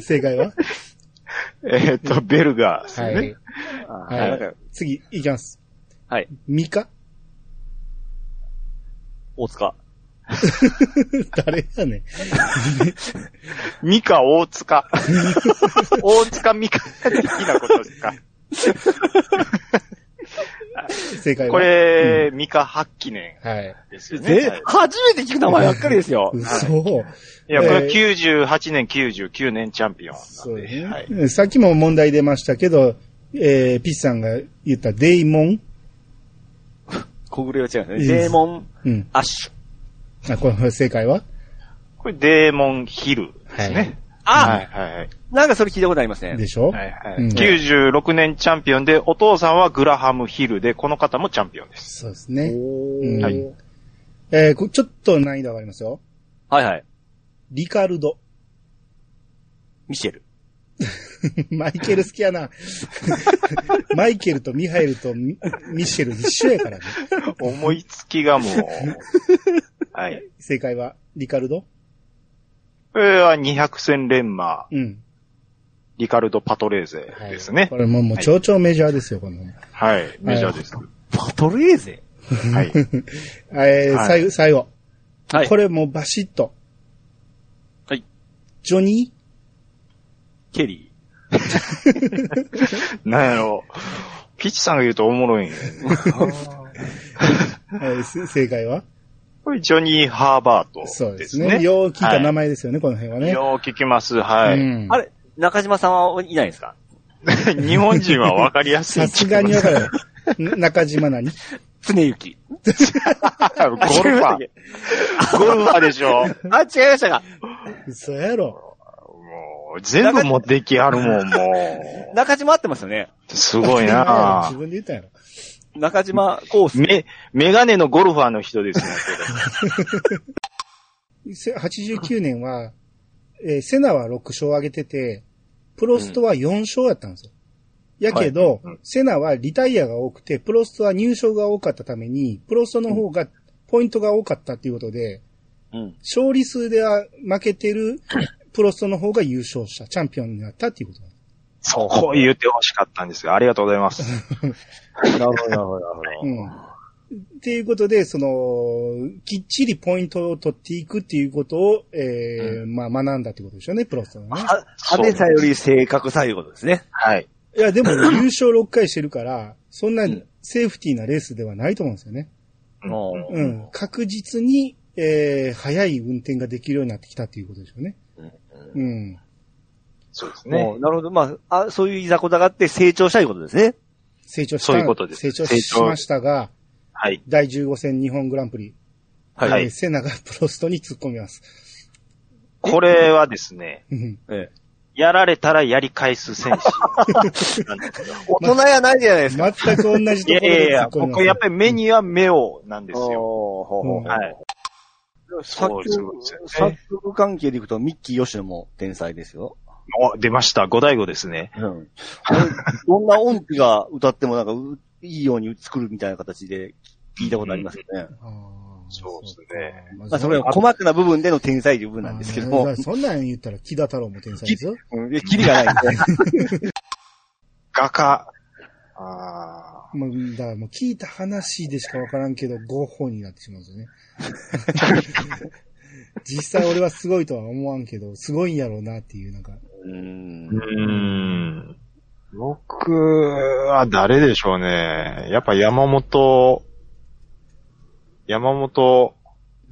正解はえっと、ベルガーですよはね。い。ははい。次、いきます。はい。ミカ (laughs) 大塚。誰やねん。ミカ・大塚。大塚ミカ的なことですか。正解はこ、れ、ミカ・ハッキネはい。ンですよね。はえい、初めて聞く名前ばっかりですよ。嘘、いや、こえれー98年、99年チャンピオンなそんうですで。ね、はい。さっきも問題出ましたけど、えー、ピッチさんが言ったデイモン。小暮は違うんでいいですすね。デーモン・うん。アッシュ。あ、これ正解はこれ、デーモン・ヒルですはね。はあ、い、はい、はい。なんかそれ聞いたことありますねで。しょ、はいはいうん96年チャンピオンで、お父さんはグラハム・ヒルで、この方もチャンピオ (laughs) ンです。そうですね。うんはいえーこちょっと難易度上がりますよ。はいはい。リカルド。 (laughs) ミシェル。マイケル好きやな。 (laughs) マイケルとミハエルとミミッシェル一緒やからね。思いつきがも (laughs) う。はい。正解は、リカルドこれは200戦連馬、うん。リカルド・パトレーゼはいですねこ。れもう、もう、超々メジャーですよ、この。はい、メジャーです。パトレーゼはい。えーはい最後、最後。はい。これもうバシッと。はい。ジョニーケリなんやろピッチさんが言うとおもろいんやえーせ正解はこれ、ジョニー・ハーバートですね。そうですね。よう聞いた名前ですよね、この辺ははいね。よう聞きます、はい。うんー。あれ、中島さんはいないんですか (laughs) 日本人はわかりやすい。さすがにわ (laughs) かる。な中島何常幸。ゴルファー。ゴルファーでしょ。あ、違いましたか。嘘やろ。もう、全部持ってきはるもん、も中島合ってますよね。う。すごいな (laughs) 自分で言ったやろ。中島コース。め、メガネのゴルファーの人ですね、せ89年は、えーセナは6勝上げてて、プロストは4勝やったんですよ。やけど、うんセナはリタイアが多くて、プロストは入賞が多かったために、プロストの方がポイントが多かったっていうことで、うん。勝利数では負けて (laughs) るプロストの方が優勝した、チャンピオンになったっていうことなんです。 (laughs) そう言ってほしかったんですよ。ありがとうございます。なるほど、なるほど、なるほど。うん。っていうことで、その、きっちりポイントを取っていくっていうことを、えーまあ学んだってことでしょうね、プロストのね。は、派手さより正確さいうことですね。はい。いや、でも優勝6回してるから、そんなセーフティーなレースではないと思うんですよね。うんもううん。確実に、えー、早い運転ができるようになってきたっていうことでしょうね。うん。そうですもねう。なるほど。まあ、あ、そういういざこざがあって成長したいうことですね。成長した。そういうことです成長しましたが、はい。第15戦日本グランプリ。はい。はいえーセナがプロストに突っ込みます。これはですね、うんええやられたらやり返す選手なんですよ。大人やないじゃないで (laughs) すか。全く同じいとこやろいやい (laughs) で突や、っ込みます。僕やっぱり目には目をなんですよ。おーほうほうほううんはい。作そうです曲ごいですよね、作曲関係でいくと、ミッキー吉野も天才ですよ。お、出ました。五大五ですね。うん。どんな音符が歌ってもなんかう、いいように作るみたいな形で聞いたことありますよね。あーそうですね。そうかまあ、それは細かな部分での天才という部分なんですけどもあ、ーそんなん言ったら木田太郎も天才ですよ。うん、でキリがないん (laughs) で。画家。あもう、だからもう聞いた話でしかわからんけど、ゴッホになってしまうんです (laughs) よね。実際俺はすごいとは思わんけど、すごいんやろうなっていう、なんか。うんーうーん。僕は誰でしょうね。やっぱ山本、山本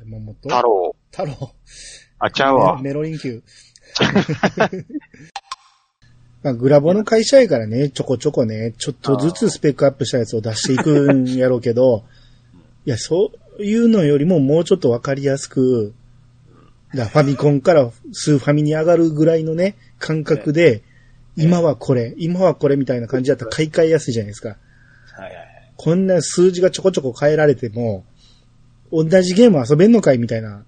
山本太。郎。太郎。あ、ちゃうわ。メロリン級。 (laughs) まあ、グラボの会社やからね、ちょこちょこね、ちょっとずつスペックアップしたやつを出していくんやろうけど、いや、そういうのよりももうちょっとわかりやすく、だファミコンからスーファミに上がるぐらいのね、感覚で、今はこれ、今はこれみたいな感じだったら買い替えやすいじゃないですか。はいはい。こんな数字がちょこちょこ変えられても、同じゲーム遊べんのかいみたいな。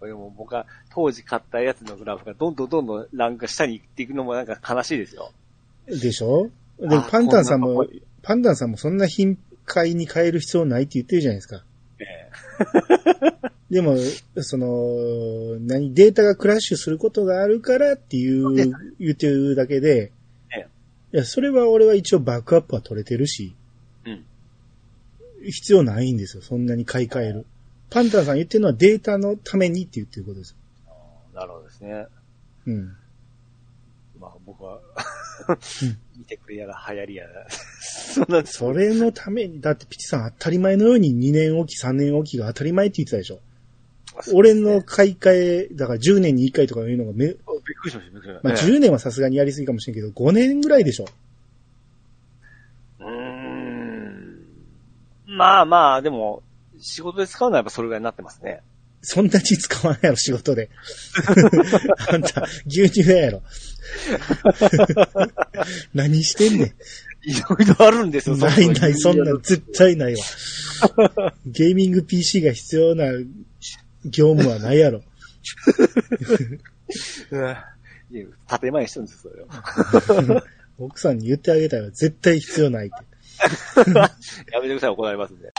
これも僕は当時買ったやつのグラフがどんどんどんどんランク下に行っていくのもなんか悲しいですよ。でしょであ、パンタンさんこもなとこ、パンダンさんもそんな頻回に変える必要ないって言ってるじゃないですか。でも、その、何、データがクラッシュすることがあるからっていう、言ってるだけでええ、いや、それは俺は一応バックアップは取れてるし、うん必要ないんですよ、そんなに買い替える。パンダンさん言ってるのはデータのためにって言ってることです。なるほどですね。うん。まあ僕は (laughs) 見てくれやら流行りやら。 (laughs) そんな、それのために、だってピチさん当たり前のように2年おき、3年おきが当たり前って言ってたでしょ。俺の買い替え、だから10年に1回とかいうのがめ、びっくりしました、びっくりしました。まあ、10年はさすがにやりすぎかもしれんけど、5年ぐらいでしょ。うーんまあまあ、でも、仕事で使うのはやっぱそれぐらいになってますね。そんなに使わないやろ、仕事で。 (laughs) あんた、牛乳屋 (laughs) やろ。何してんねいろいろあるんですよ、ん。 (laughs) ないのない、そんなん絶対ないわ。ゲーミング PC が必要な業務はないや (laughs) ろ。いや建前にしてるんですよ、それを。奥さんに言ってあげたら絶対必要ないって。やめてください、怒られますんで。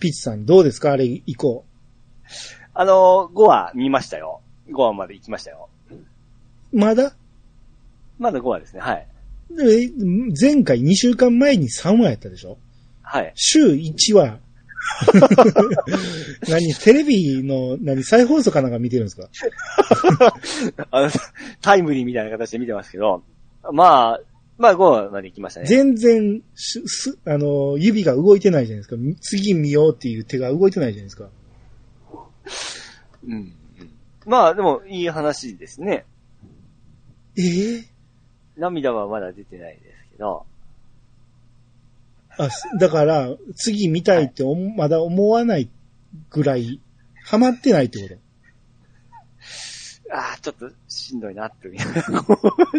ピッチさん、どうですかあれ、以降。あの、5話見ましたよ。5話まで行きましたよ。まだまだ5話ですね、はい。え前回2週間前に3話やったでしょはい。週1話。 (laughs) 何テレビの、何再放送かなんか見てるんですかあの、タイムリーみたいな形で見てますけど、まあ、まあ5話まで行きましたね。全然し、す、あの、指が動いてないじゃないですか。み次見ようっていう手が動いてないじゃないですか。うん。まあ、でも、いい話ですね。ええ涙はまだ出てないですけど、あ、すだから、次見たいってお、まだ思わないぐらい、ハマってないってこと。ああ、ちょっとしんどいなっていう。い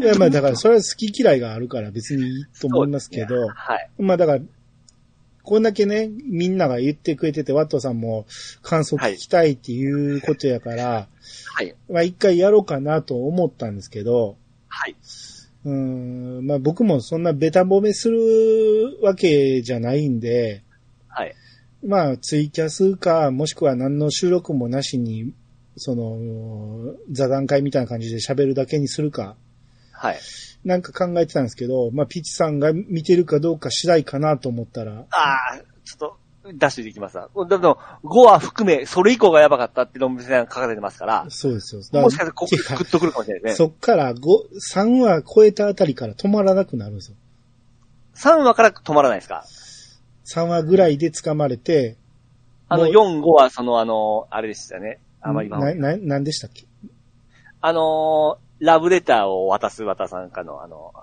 や、まあだから、それは好き嫌いがあるから別にいいと思いますけど、はい。まあだから、こんだけね、みんなが言ってくれてて、ワットさんも感想聞きたいっていうことやから、はい。まあ一回やろうかなと思ったんですけど、はい。うーん、まあ僕もそんなベタ褒めするわけじゃないんで、はい。まあツイキャスか、もしくは何の収録もなしに、その、座談会みたいな感じで喋るだけにするか、はい。なんか考えてたんですけど、まあピッチさんが見てるかどうか次第かなと思ったら、ああ、ちょっと、ダッシュできますわ。でも、5話含め、それ以降がやばかったって論文が書かれてますから、そうですよ。だもしかしたらここてでグッとくるかもしれないですね。そっから5、3話超えたあたりから止まらなくなるんですよ。 3話から止まらないですか3話ぐらいで掴まれて、あの、もう4、5はその、あの、あれでしたね。あんまり今な、な、なんでしたっけあのー、ラブレターを渡す渡さんかの、あの、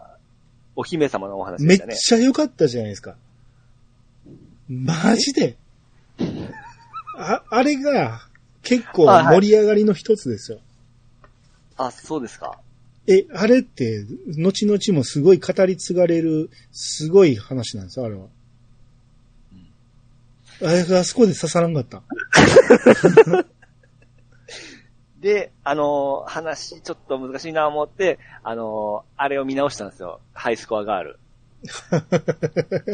お姫様のお話でめっしたね。ちゃ良かったじゃないですか。マジであ、あれが結構盛り上がりの一つですよ。あ、そうですか。え、あれって、後々もすごい語り継がれる、すごい話なんですよ、あれは。あれがあそこで刺さらんかった。で、あのー、話ちょっと難しいな思って、あのー、あれを見直したんですよ。ハイスコアガ (laughs) ール。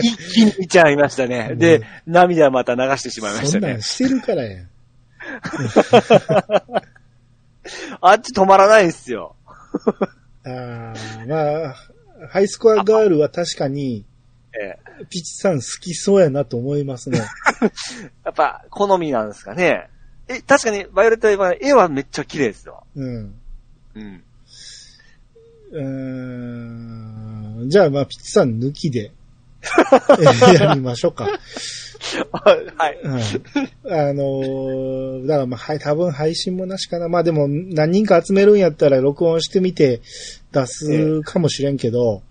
一気に見ちゃいましたね。うでん、涙また流してしまいましそたんなねん。してるからやん。あっち止まらないんすよ。あーまあ、ハイスコアガールは確かに、えピチさん好きそうやなと思います (laughs) ね。やっぱ、好みなんですかね。え、確かに、バイオレットエヴァ、絵はめっちゃ綺麗ですよ。うん。 (laughs) うん。うーんじゃあ、まあ、ピッチさん抜き (laughs) で、やりましょうか。はい。うん、あのーだからまあ、はい、多分配信もなしかな。まあでも、何人か集めるんやったら録音してみて出すかもしれんけど、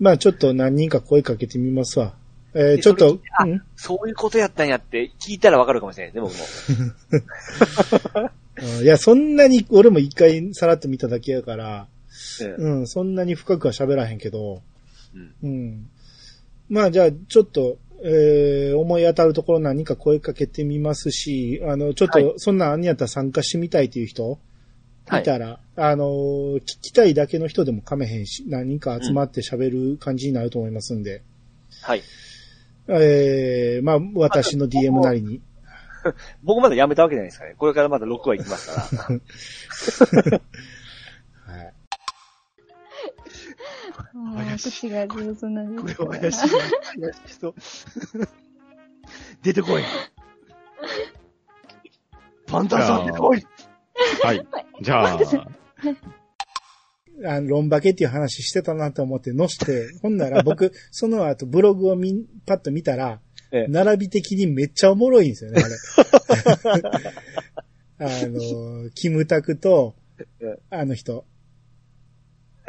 まあちょっと何人か声かけてみますわ。えーでちょっそとれ、あうんそういうことやったんやって聞いたらわかるかもしれないですね、僕も。うんいや、そんなに、俺も一回さらっと見ただけやから、えうん、そんなに深くは喋らへんけど、うんうん。まあじゃあ、ちょっと、えー、思い当たるところ何か声かけてみますし、あの、ちょっはと、そんなんあんにやったら参加してみたいという人、はいいたら、あのー、聞きたいだけの人でも噛めへんし、何人か集まって喋る感じになると思いますんで、はい。えー、まあ、私の DM なりに。僕まだやめたわけじゃないですかね。これからまだ6話行きますから。はい。もう口が上手なんですけど怪しい。怪しそう。出てこい。パンダさん出てこいはい。じゃあ、あの、ロンバケっていう話してたなと思って載して、 (laughs) ほんなら僕、その後ブログをみん、パッと見たら、ええ並び的にめっちゃおもろいんですよね、あれ。(laughs) あの、キムタクとええ、あの人、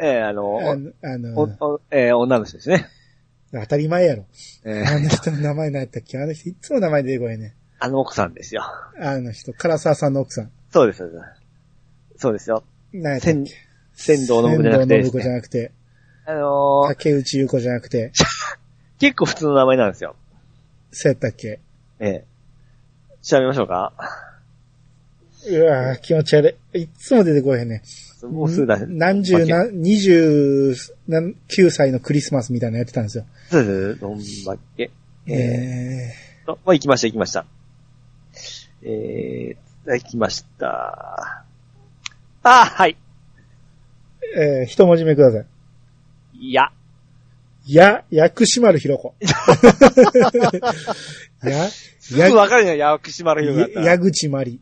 ええあの、あの、あのおおえー女の人ですね。当たり前やろ。 (laughs) えーあの人の名前何やったっけあの人いつも名前出てこいね。あの奥さんですよ。あの人、唐沢さんの奥さん。そうです、そうです。そうですよ。何やったっ仙け、仙道信子じゃなく天て童で信す子じゃね、なくて、あのー竹内優子じゃなくて、結構普通の名前なんですよ。そうやったっけええ調べましょうか。うわぁ、気持ち悪い。いっつも出てこいへんね。もうすぐだ。そう何十な、二十九歳のクリスマスみたいなのやってたんですよ。です。どんばっけ。えと、まあ、行きました、行きました。えー、行きました。あー、はい。ー、えー一文字目ください。いや。や、薬師丸ひろ (laughs) こ。や、すぐわかるよ、薬師丸ひろこだったや、ら。矢口ま (laughs) り。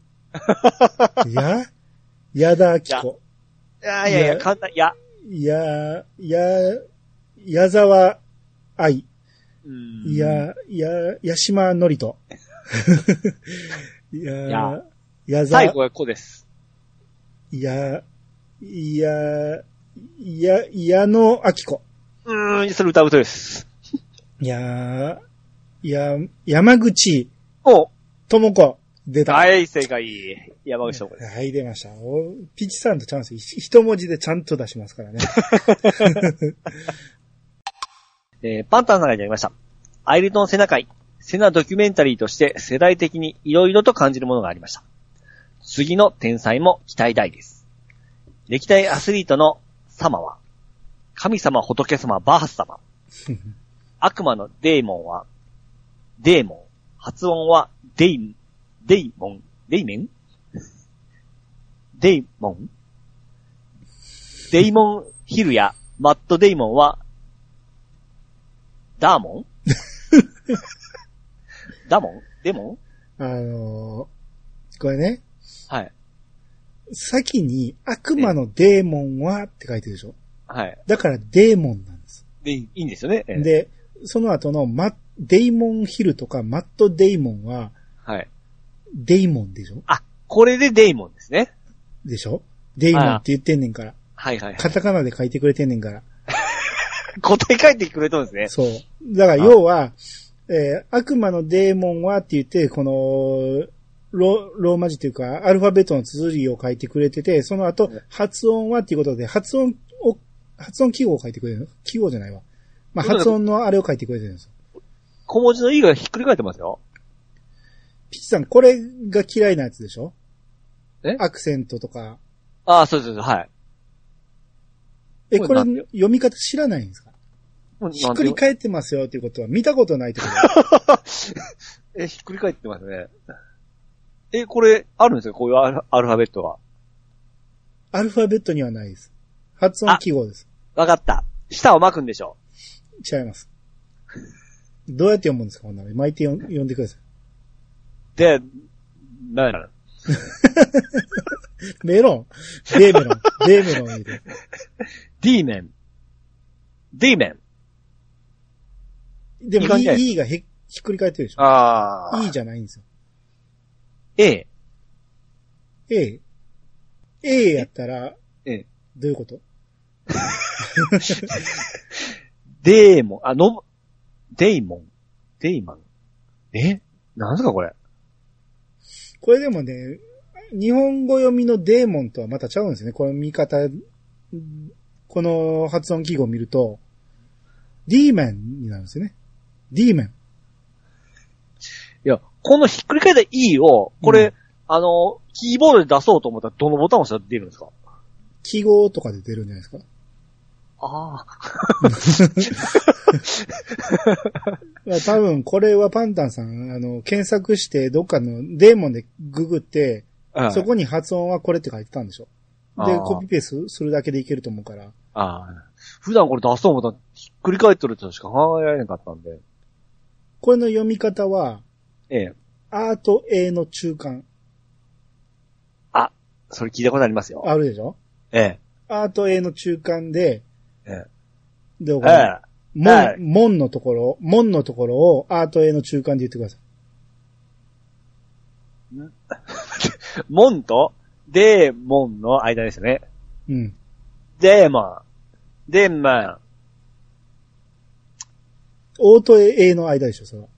や、矢田明子。あーいやいや、や簡単、いや。や、や、矢沢愛。うんや、や、矢島のりと。や (laughs) や、矢最沢後、はこうです。いや、いや、いや、いやのあきこ。うーん、それ歌うとです。いやー、いや、山口お智子。出た。大正解。山口智 (laughs) 子です。はい、出ました。おピチさんとチャンス、ひ一文字でちゃんと出し (laughs) ますからね。えー、パンタンさんがいただきました。アイルトンセナ会、セナドキュメンタリーとして世代的に色々と感じるものがありました。次の天才も期待大です。歴代アスリートの様は、神様仏様バーハス様、悪魔のデーモンは、デーモン、発音はデイ、デイモン、デイメンデイモンデイモンヒルやマットデイモンは、ダーモン (laughs) ダモンデモンあのーこれね、はい。先に悪魔のデーモンはって書いてるでしょ。はい。だからデーモンなんです。で、いいんですよね。ええで、その後のマデイモンヒルとかマットデイモンははい。デイモンでしょこれでデイモンですね。でしょデイモンって言ってんねんから。はいはい。カタカナで書いてくれてんねんから。答え書いてくれたんですね。そう。だから要は、えー悪魔のデーモンはって言って、この、ロローマ字というか、アルファベットの綴りを書いてくれてて、その後、発音はっていうことで、発音を、発音記号を書いてくれるの記号じゃないわ。まあ、そうだね発音のあれを書いてくれてるんですよ。小文字の E がひっくり返ってますよ。ピッチさん、これが嫌いなやつでしょえアクセントとか。ああ、そうそうそう、はい。え、ここれれなんて読み方知らないんですかもうなんてひっくり返ってますよっていうことは見たことないってこと (laughs) だえ、ひっくり返ってますね。え、これ、あるんですよこういうアルアルファベットは。アルファベットにはないです。発音記号です。わかった。舌を巻くんでしょ違います。どうやって読むんですかこんなの。巻いて読ん読んでくださで、なになのい。メロン。デーメ (laughs) ロン。デーメロン入れる ?D メン。D メン。でもいい感じだよ E, E がへひっくり返ってるでしょ。あ E じゃないんですよ。 A。 A。A やったら、えどういうことデーモン。あ、の、デイモン。デイマン。えなんすかこれ。これでもね、日本語読みのデーモンとはまたちゃうんですね。この見方、この発音記号を見ると、ディーメンになるんですよね。ディーメン。いや、このひっくり返った E を、これ、うあの、キーボードで出そうと思ったらどのボタンを押したら出るんですか記号とかで出るんじゃないですか。ああ。まあ多分これはパンタンさん、あの、検索して、どっかのデーモンでググって、はいそこに発音はこれって書いてたんでしょ。で、あーコピペすするだけでいけると思うから。ああ。普段これ出そう思ったらひっくり返ってるとしか考えられなかったんで。これの読み方は、ええ。アート A の中間。それ聞いたことありますよ。あるでしょえアート A の中間で、えで、え。ええ。門は、い門のところ、門のところをアート A の中間で言ってください。モンとデーモンの間ですね。うん。デーモン。デーモン。オート A の間でしょ、それは。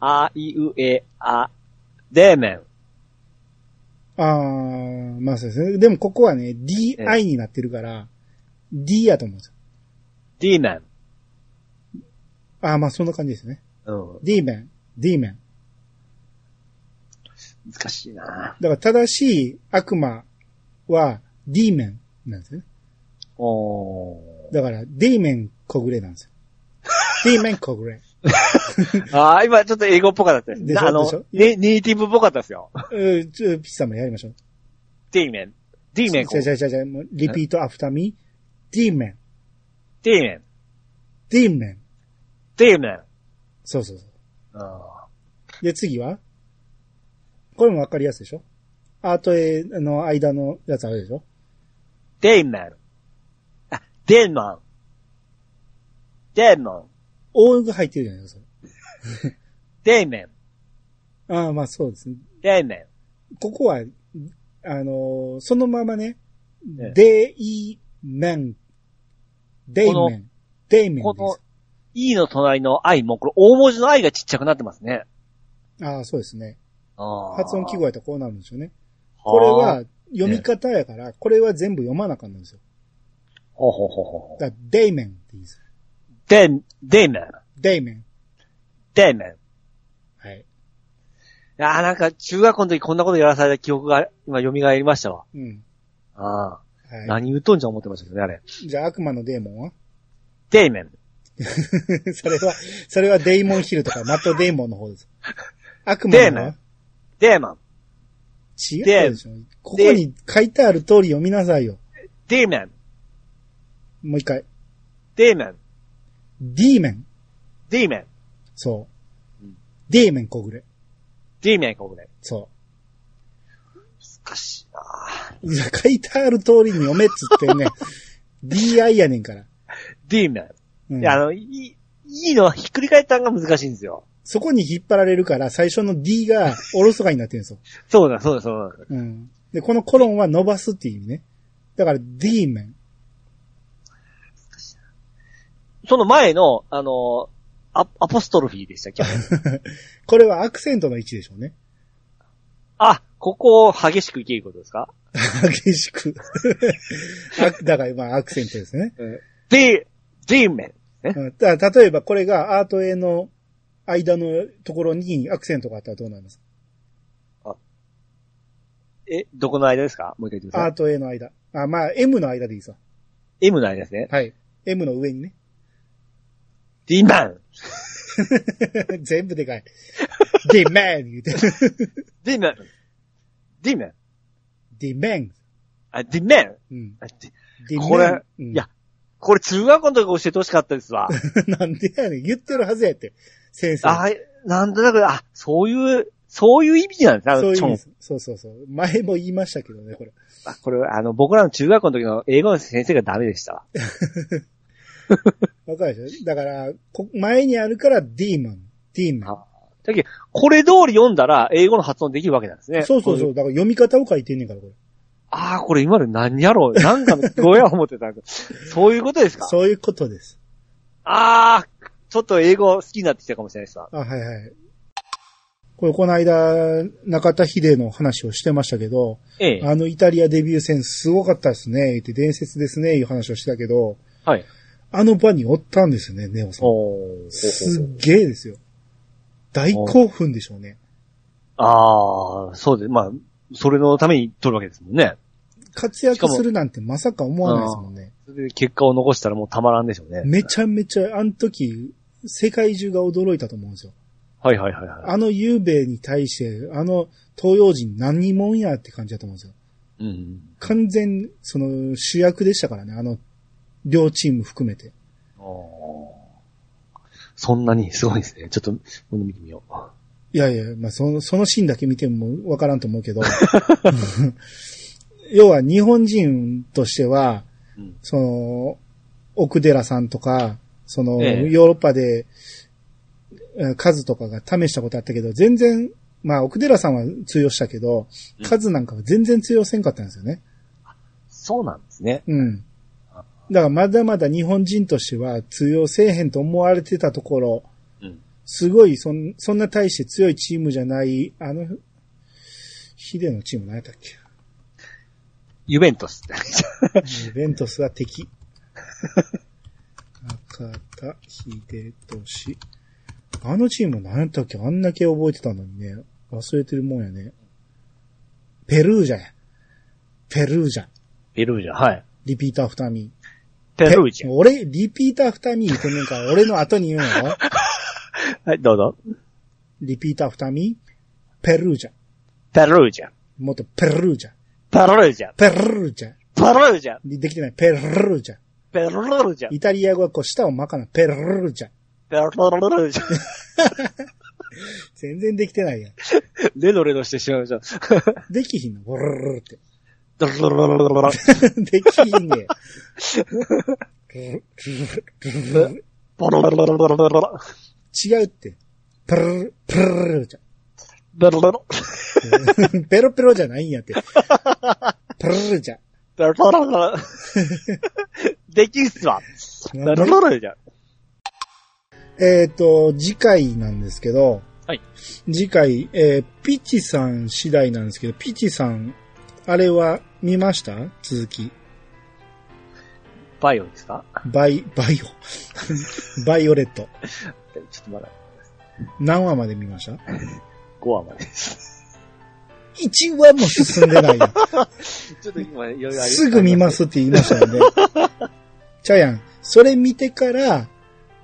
あいうえあ。デーメン。あー、まあそうですね。でもここはね、DI になってるから、D やと思うんですよ。ディーメン。あー、まあそんな感じですね。う D 面、D 面。ん。難しいなだから正しい悪魔は D 面なんですよね。おー。だから D 面小暮なんですよ。D 面小暮。ああ、今ちょっと英語っぽかったですでしょであのしょ、ネネイティブっぽかったですよ。うん、ちょ、ピッチさんもやりましょう。ディーメン。ディーメンじこうゃじゃじゃじゃ、もうリピートアフターミー。D 面、ディーメン。 D 面。ディーメン。そうそうそう。あで、次はこれもわかりやすいでしょアート絵の間のやつあるでしょーディーメン。あ、デーモン。デーモン。オーが入ってるじゃないですか。デーメン。それああ、まあそうですね。デーメン。ここは、あのーそのままねええ、デイメン。デイこメン。デイメンこでの E の隣の I も、これ大文字の I がちっちゃくなってますね。す。ああ、そうですね。発発音記号やったらこうなるんでしょうね。これは読み方やから、これは全部読まなあかんのですよ。ほうほうほうほう。だからデイメンって言うんですよ。デン、デーメン。デイメン。デーメン。はい。いやーなんか中学校の時こんなことやらされた記憶が今蘇りましたわ。うん。ああ、は何言うとんじゃ思ってましたけどね、あれ。い。じゃあ悪魔のデーモンは (laughs) デーメン。それは、それはデイモンヒルとかマットデイモンの (laughs) 方です。悪魔デーのモンはデーマン。違うでしょ。ここに書いてある通り読みなさいよ。デーメン。もう一回。デーメン。ディーメン。デーメン。そう。デイメン小暮。デーメンここで。そ難しいなう。いや書いてある通りに読めっつって (laughs) んねん。DI やねんから。デーメン。うんいや、あの、いい、いいのはひっくり返ったんが難しいんですよ。そこに引っ張られるから、最初の D がおろそかになってるんですよ。そうだ、そうだ、そうだ。うん。で、このコロンは伸ばすっていう意味ね。だから、D メン。その前の、あの、アアポストロフィーでしたっけこれはアクセントの位置でしょ (laughs) うね。あ、ここを激しくいけることですか激しく。 (laughs) あだから、まあ、アクセントですね。デー、デーメン。うん、だから例えば、これがアート絵の間のところにアクセントがあったらどうなりますえ、どこの間ですかもう一回言ってくだアさーい。ト絵の間。あ、まあ、M の間でいいさ。 M の間ですね。はい。M の上にね。 (laughs) ディーマン。全部でかい。ディメン言うて。ディーマン。ディーマン。ディメン。あ、ディーマン。うん。あディディメン。これうんいやこれ中学校の時教えてほしかったですわ。 (laughs) なんでやねん。言ってるはずやって。先生。あはい、なんとなく、あ、そういう、そういう意味なんですねあのそういう意チョ味ンです。そうそうそう。前も言いましたけどね、これ。あこれ、あの、僕らの中学校の時の英語の先生がダメでしたわ。わかるでしょだから、こ前にあるから、ディーモン。ディーモあだけど、これ通り読んだら英語の発音できるわけなんですね。。ン。そうそうそうう。だから読み方を書いてんねんから、これ。ああ、これ今の何やろうなんかのどうや思ってたんだそういうことですかそういうことです。ああ、ちょっと英語好きになってきたかもしれないですわ。あ、はいはい。これ、この間、中田秀の話をしてましたけど、ええ。あのイタリアデビュー戦すごかったですね、言って伝説ですね、いう話をしてたけど、はい。あの場におったんですよね、ネオさん。おーすっげえですよ。大興奮でしょうね。ああ、そうです。まあ、それのために取るわけですもんね。活躍するなんてまさか思わないですもんね。それで結果を残したらもうたまらんでしょうね。めちゃめちゃ、あの時、世界中が驚いたと思うんですよ。はいはいはいはあの雄兵衛に対して、あの東洋人何者やって感じだと思うんですよ。い。うん。完全、その主役でしたからね、あの、両チーム含めて。おーそんなにすごいですね。ちょっと、今度見てみよう。いやいや、まあ、その、そのシーンだけ見てもわからんと思うけ (laughs) ど。要は日本人としては、うんその、奥寺さんとか、その、ええヨーロッパで、えーカズとかが試したことあったけど、全然、まあ、奥寺さんは通用したけど、うんカズなんかは全然通用せんかったんですよね。そうなんですね。うん。だからまだまだ日本人としては通用せえへんと思われてたところ、うんすごいそん、そんな大して強いチームじゃない、あの、ヒデのチーム何やったっけユベントス。ユベントスは敵。中田秀俊。あのチーム何やったっけあんだけ覚えてたのにね。忘れてるもんやね。ペルージャや。ペルージャ。ペルージャ、はい。リピートアフターミー。ペルージャ。俺、リピーター二ミー言ってんねんから、俺の後に言うのよ。はい、どうぞ。リピーター二ミー、ペルージャ。ペルージャ。もっとペルージャ。ペルージャ。ペルージャ。ペルージャ。できてない。ペルージャ。ペルージャ。イタリア語はこう、舌を巻かない。ペルージャ。ペルージャ。全然できてないやん。レドレドしてしまいました。できひんの。ボルルルルって。ドルルルルルルルできひんねや。ボロロロロロロロロ違うって。ペル、ペルージャ。ベロロロペロペロじゃないんやって。ペルージャ。ベロロロロロできんすわ。ベロロロじゃ。えっ、と、次回なんですけど、はい次回、えーピチさん次第なんですけど、ピチさん、あれは見ました続き。バイオですか (laughs) バイ、バイオ。バイオレット。ったり、ちょっとまだ何話まで見ました5話までです。 ?1 話も進んで (laughs) ないやん。ちょっと今、いろいろありすぐ見ま。すって言いましたよね。ちゃうやん。それ見てから、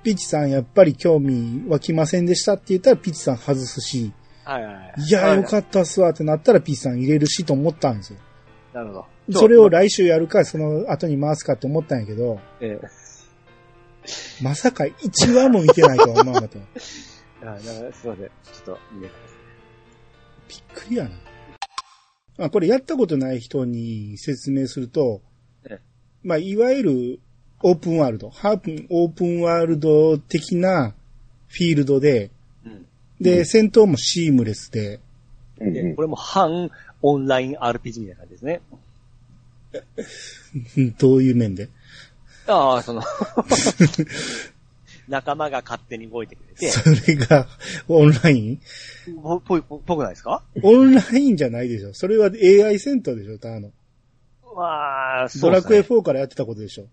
ピッチさんやっぱり興味湧きませんでしたって言ったらピッチさん外すし、はいはいはい。いやーよかったっすわってなったらピッチさん入れるしと思ったんですよ。なるほど。それを来週やるか、その後に回すかって思ったんやけど、えまさか1話も見てないとは思わなか (laughs) った。びっえあなんかすいません。ちょっと見れないです。くりやな。あ、これやったことない人に説明するとええ、まあ、いわゆるオープンワールド、ハープン、オープンワールド的なフィールドで、うんで、戦闘もシームレスで、 (laughs) うんでこれも半オンライン RPG みたいな感じですね。うんどういう面でああ、その、仲間が勝手に動いてくれて、それが (laughs) オンライ (laughs) ンぽ、ぽい、ぽぽくないですかオンラインじゃないでしょ。それは AI 戦闘でしょ、ターの。まあ、そドうでラすクエね。 4からやってたことでしょ。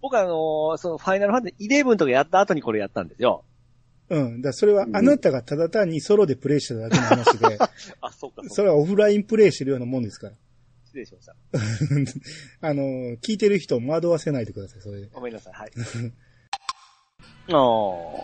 僕はあのーそのファイナルファンタジー11とかやった後にこれやったんですよ。うん。だからそれはあなたがただ単にソロでプレイしてただけの話 (laughs) で、あ、そっそか、っか。れはオフラインプレイしてるようなもんですから。 (laughs) 失礼しました。あの、聞いてる人を惑わせないでください、それで。ごめんなさい、はい。 (laughs) あ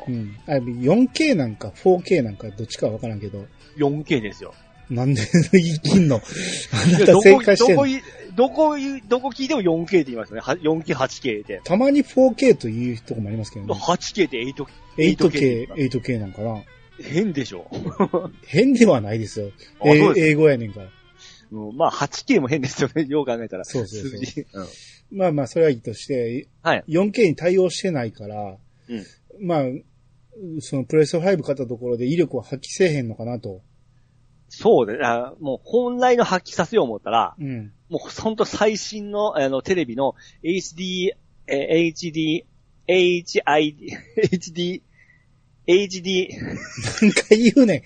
うん。あ 4K なんか 4K なんかどっちかはわからんけど、あ、4K ですよ。なんで言い切んのあ (laughs) いなやどたこ正解してんどこのい、どこい、どこ聞いても 4K って言いますね。は 4K、8K で。たまに 4K というとこもありますけどね。 8K で 8K。 8K 8K、 8K なんかな。変でしょ。変ではないですよ。あえそうです英語やねんから。うんまあ、8K も変ですよね。よう考えたら。そうそうそう数字。うんまあまあ、それはいいとして、はい 4K に対応してないから、うんまあ、そのプレステ5買ったところで威力は発揮せえへんのかなと。そうで、あもう本来の発揮させよう思ったら、うん。もうほんと最新のあのテレビの HD、えー HD、HID、HD、HD、何回言うねん。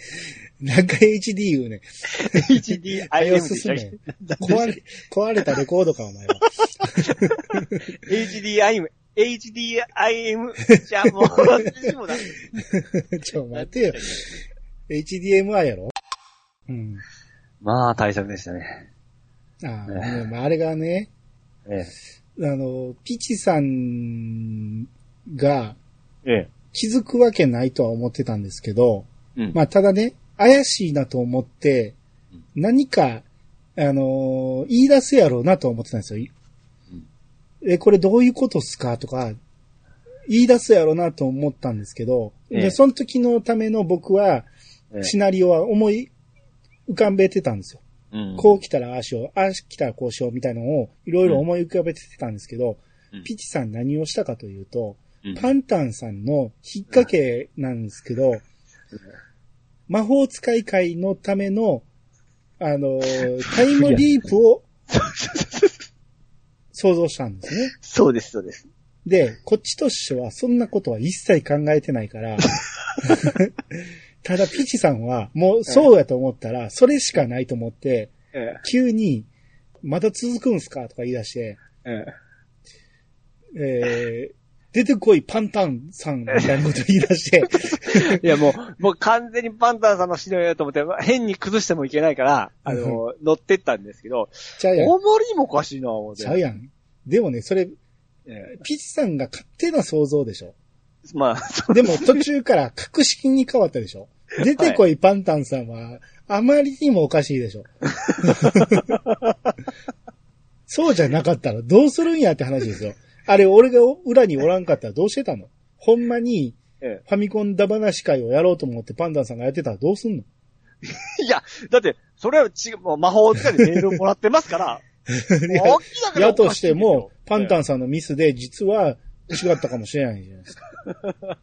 何回 HD 言うねん。 HDIM でし進ためっけ。壊れ、壊れたレコードか、お前は。 (laughs) HDIM、HDIM、じゃあもう、私もだ。ちょ、待ってよ。HDMI やろうん。まあ、対策でしたね。 (laughs) ああ、ええねまあ、あれがね、ええ。あの、ピチさんがええ。気づくわけないとは思ってたんですけど、うんまあ、ただね、怪しいなと思って、何か、あのー言い出すやろうなと思ってたんですよ。え、これどういうことっすかとか、言い出すやろうなと思ったんですけど、えで、えその時のための僕は、ええシナリオは思い浮かべてたんですよ。うんこう来たらああしよう、ああ来たらこうしようみたいなのをいろいろ思い浮かべてたんですけど、うんピチさん何をしたかというと、うんパンタンさんの引っ掛けなんですけど、魔法使い会のための、あのータイムリープを想像したんですね。そうです、そうです。で、こっちとしてはそんなことは一切考えてない (laughs) から、ただピチさんはもうそうやと思ったら、それしかないと思って、え急に、まだ続くんすかとか言い出して、え。え (laughs) えー、出てこいパンタンさんみたいなこと言い出して、え。いや、もう、もう完全にパンタンさんのシナリオだと思って、変に崩してもいけないから、あの、乗ってったんですけど、ちゃうやん。おもりもおかしいな、思って。ちゃうやん。でもね、それ、ええピチさんが勝手な想像でしょ。まあ、そでも途中から格式に変わったでしょ。出てこいパンタンさんは、あまりにもおかしいでしょ。 (laughs) そうじゃなかったらどうするんやって話ですよ。あれ、俺が裏におらんかったらどうしてたのほんまに、えファミコンだ話会をやろうと思ってパンタンさんがやってたらどうすんのいや、だって、それは違う、もう魔法使いでメールをもらってますから、 (laughs) いや明らかにやおとかしいてですよも、パンタンさんのミスで実は違ったかもしれないじゃないですか。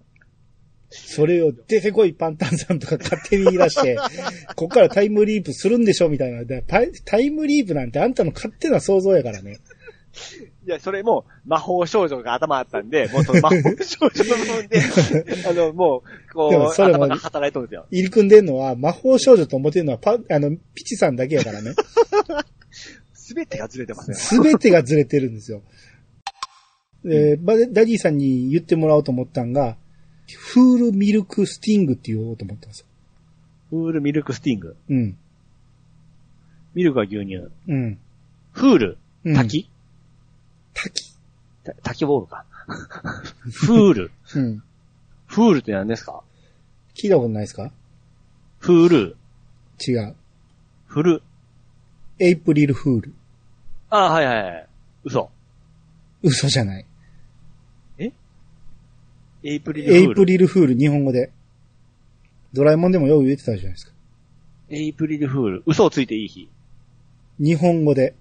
それを出てこいパンタンさんとか勝手に言い出 (laughs) して、こっからタイムリープするんでしょみたいな。だからタイタイムリープなんてあんたの勝手な想像やからね。いや、それも、魔法少女が頭あったんで、もうその魔法少女の部分で、 (laughs) あの、もう、こでもう、それも頭が働いとるんですよ。入り組んでんのは魔法少女と思ってるのはパ、あの、ピチさんだけやからね。すべてがずれてますね。すべてがずれてるんですよ。えーバダディさんに言ってもらおうと思ったんが、フールミルクスティングって言おうと思ったんですよ。フールミルクスティング。うん。ミルクは牛乳。うん。フール。うん、滝、滝。た滝ボールか。 (laughs) フール。うん。フールって何ですか聞いたことないですかフール。違う。フル。エイプリルフール。ああ、はいはいはい。嘘。嘘じゃない。エイプリルフーエル。イプリルフール、日本語で。ドラえもんでもよう言ってたじゃないですか。エイプリルフール。嘘をついていい日。日本語で。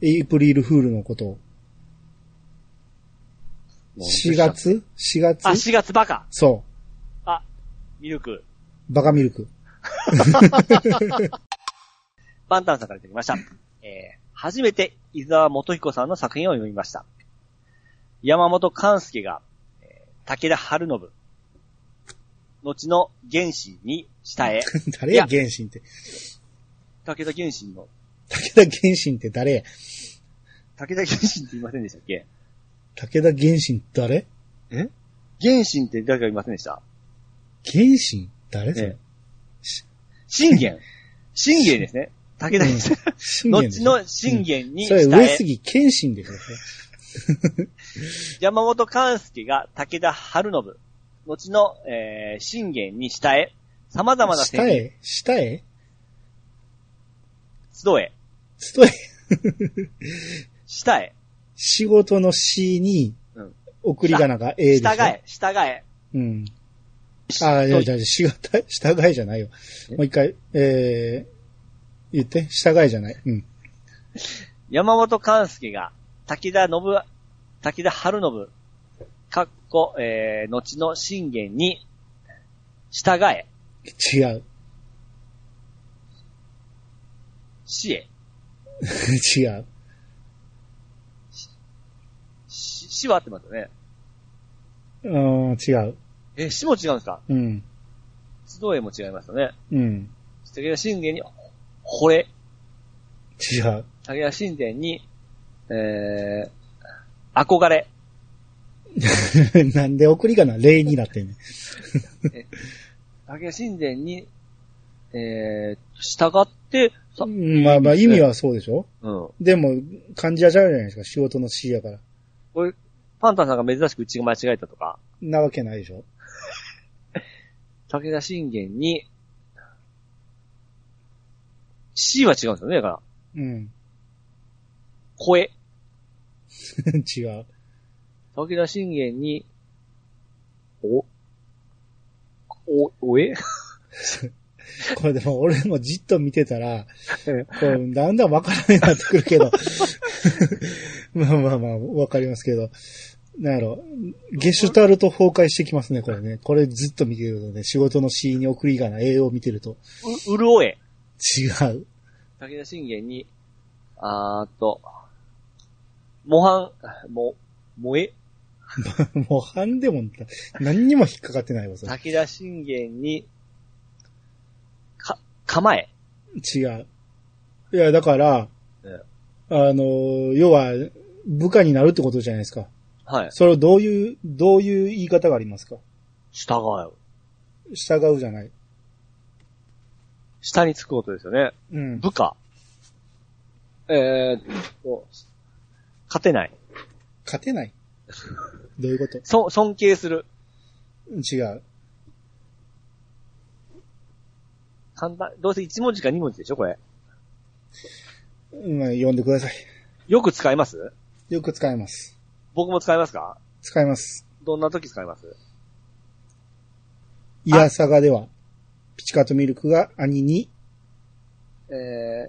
エイプリルフールのことを。4。月 ?4 あ、月4月バカ。そミルク。う。バカミルク。 (laughs) バンタンさんからいただきました。えー、初めて伊沢元彦さんの作品を読みました。山本勘介が、えー武田春信、後の原神に (laughs) 下へ、誰や、原神って。武田原神の、武田原神って誰や武田原神って言いませんでしたっけ武田原神誰原神って誰か言いませんでした原神誰それね。信玄。信玄ですね。武田、信玄でし後ょの信玄にそれ、下上へ、杉謙信でしょ。山本勘介が武田春信、後の、えー、信玄に下へ、様々な下戦にへ下へ集え、ストへ下へ、仕事の死にうん、送り仮名が A でしょ。従え、従え。うん。ああ、じゃあ、じゃあ、しが (laughs) た、従えじゃないよ。もう一回、えー、言って、従えじゃない。うん。山本勘介が、滝田信、滝田春信、かっこ、えー、後の信玄に、従え、違う。 (laughs) 死へ、違う。し死は合ってますよね。うーん、違う。え、死も違うんですかうん。集えも違いますよね。うん。武田信玄に、惚れ、違う。 (laughs) 武田信玄に、えー、憧れ、なんで送り仮名例になってんねん。武田信玄に、えー、従って、さうんまあまあ、意味はそうでしょうん。でも、漢字はちゃうじゃないですか。仕事の死やから。パンタンさんが珍しくうちが間違えたとか、なわけないでしょ武田信玄に、C は違うんですよね、だから。うん。 (laughs) 声。違う。武田信玄に、お、お、おえ (laughs) これでも俺もじっと見てたら、こうだんだんわからなくなってくるけど。 (laughs) まあまあまあ、わかりますけど。なんやろ。ゲシュタルト崩壊してきますね、これね。これずっと見てるとね、仕事の死因に送りがな栄養を見てると。う、うるおえ。違う。 (laughs) 武田信玄に、あーっと、模範、も、萌え。もう半でもな、何にも引っかかってないわ、それ。武田信玄に、か、構え。違う。いや、だから、えあの、要は、部下になるってことじゃないですか。はい。それをどういう、どういう言い方がありますか従え。従うじゃない。下につくことですよね。うん。部下。えーっと、勝てない。勝て (laughs) ない。どういうことそ、尊敬する。違う。簡単。どうせ1文字か2文字でしょこれ。うん、読んでください。よく使いますよく使います。僕も使いますか使います。どんな時使いますいやさがでは、ピチカートミルクが兄に、え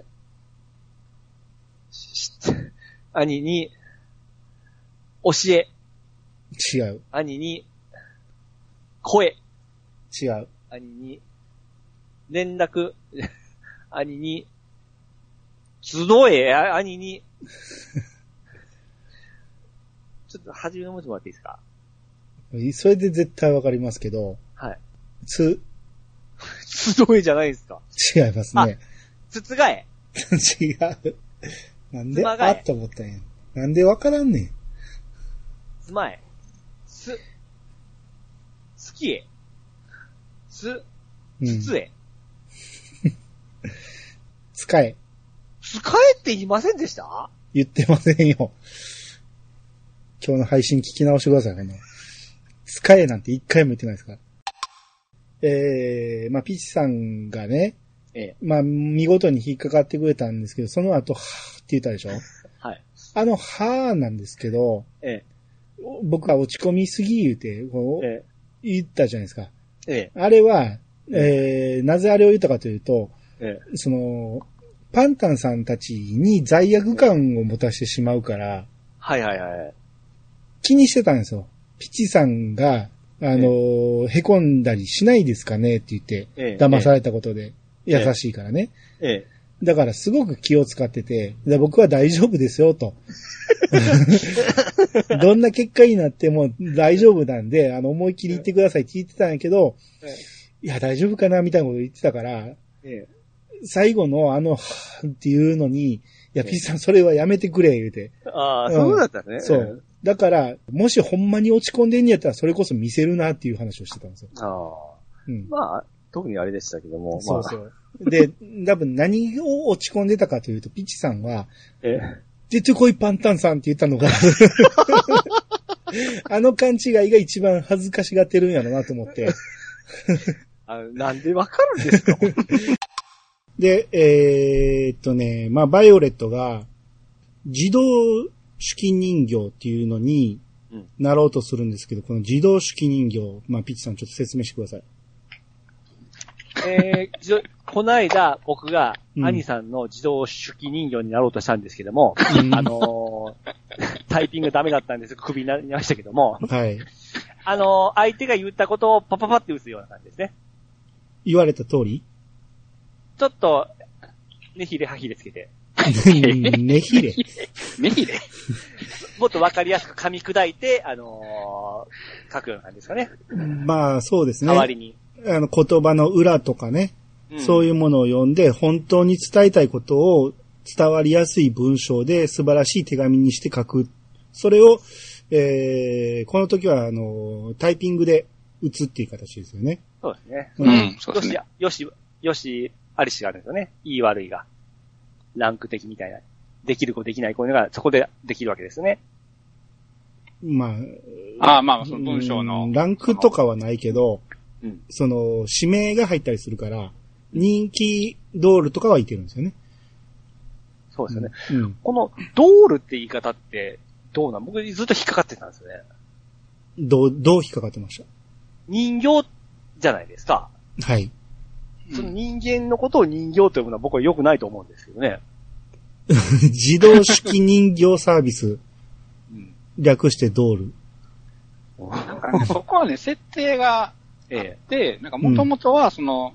ー、し、兄に、教え、違う、兄に、声、違う、兄に、連絡、 (laughs) 兄に、集え、あ兄に、 (laughs) ちょっと初めの文字もらっていいですかそれで絶対わかりますけど、はい。つ、集えじゃないですか。違いますね。つつがえ。 (laughs) 違う。なんで、熊谷あっと思ったんや。なんでわからんねん。つまえ、す、すきえ、す、うん。つつえ、使え。つかえって言いませんでした言ってませんよ。今日の配信聞き直してください、ね。使えなんて一回も言ってないですから。えー、まあ、ピッチさんがね、ええまあ、見事に引っかかってくれたんですけど、その後、はーって言ったでしょはい。あの、はーなんですけど、えお僕は落ち込みすぎ言うて、こうえ言ったじゃないですか。ええ。あれは、えー、なぜあれを言ったかというと、えその、パンタンさんたちに罪悪感を持たせてしまうから、はいはいはい。気にしてたんですよ。ピチさんが、あのー、へこんだりしないですかねって言って、ええ騙されたことで、優しいからね。ええ。だからすごく気を使ってて、で僕は大丈夫ですよ、と。 (laughs) どんな結果になっても大丈夫なんで、あの、思いっきり言ってくださいって言ってたんやけど、ええいや、大丈夫かな、みたいなこと言ってたから、え最後のあの、はぁっていうのに、いや、ピチさん、それはやめてくれ、言うて。え。ああ、うんそうだったね。そう。だから、もしほんまに落ち込んでんやったら、それこそ見せるなっていう話をしてたんですよ。ああ。うん。まあ、特にあれでしたけども、そうそう。で、多分何を落ち込んでたかというと、ピチさんは、え出てこいパンタンさんって言ったの (laughs) が、あの勘違いが一番恥ずかしがってるんやろなと思って。あなんでわかるんです (laughs) かで、えーっとね、まあ、バイオレットが、自動手記人形っていうのにうんなろうとするんですけど、この自動手記人形、まあ、ピッチさんちょっと説明してください。えー、じょこの間、僕が、うん兄さんの自動手記人形になろうとしたんですけども、あのー (laughs) タイピングダメだったんです首になりましたけども、はい。あのー相手が言ったことをパパパって打つような感じですね。言われた通 (laughs) りちょっと、ねひれはひれつけて、ねひれ。目ひれ。 (laughs) もっとわかりやすく噛み砕いて、あのー書くような感じですかね。まあ、そうですね。代わりに。あの、言葉の裏とかね、そういいうものを読んで、本当に伝えたいことを伝わりやすい文章で素晴らしい手紙にして書く。それを、えー、この時は、あの、タイピングで打つっていう形ですよね。そうですね。うう。ん、そうよですしね。、よし、よし、ありしがあるんですよね。いい悪いが。ランク的みたいな。できる子できない子いうのがそこでできるわけですね。まあ、ああ、まあ、その文章うのん。ランクとかはないけど、うんその、指名が入ったりするから、人気ドールとかはいけるんですよね。そうですよね。うん。この、ドールって言い方って、どうなん僕ずっと引っかかってたんですよね。どう、どう引っかかってまし人形じゃないですか。たはい。 (laughs) その人間のことを人形と呼ぶのは僕は良くないと思うんですけどね。自動式人形サービス。略してドール。なんかね、そこはね、設定がえで、なんかもともとは、その、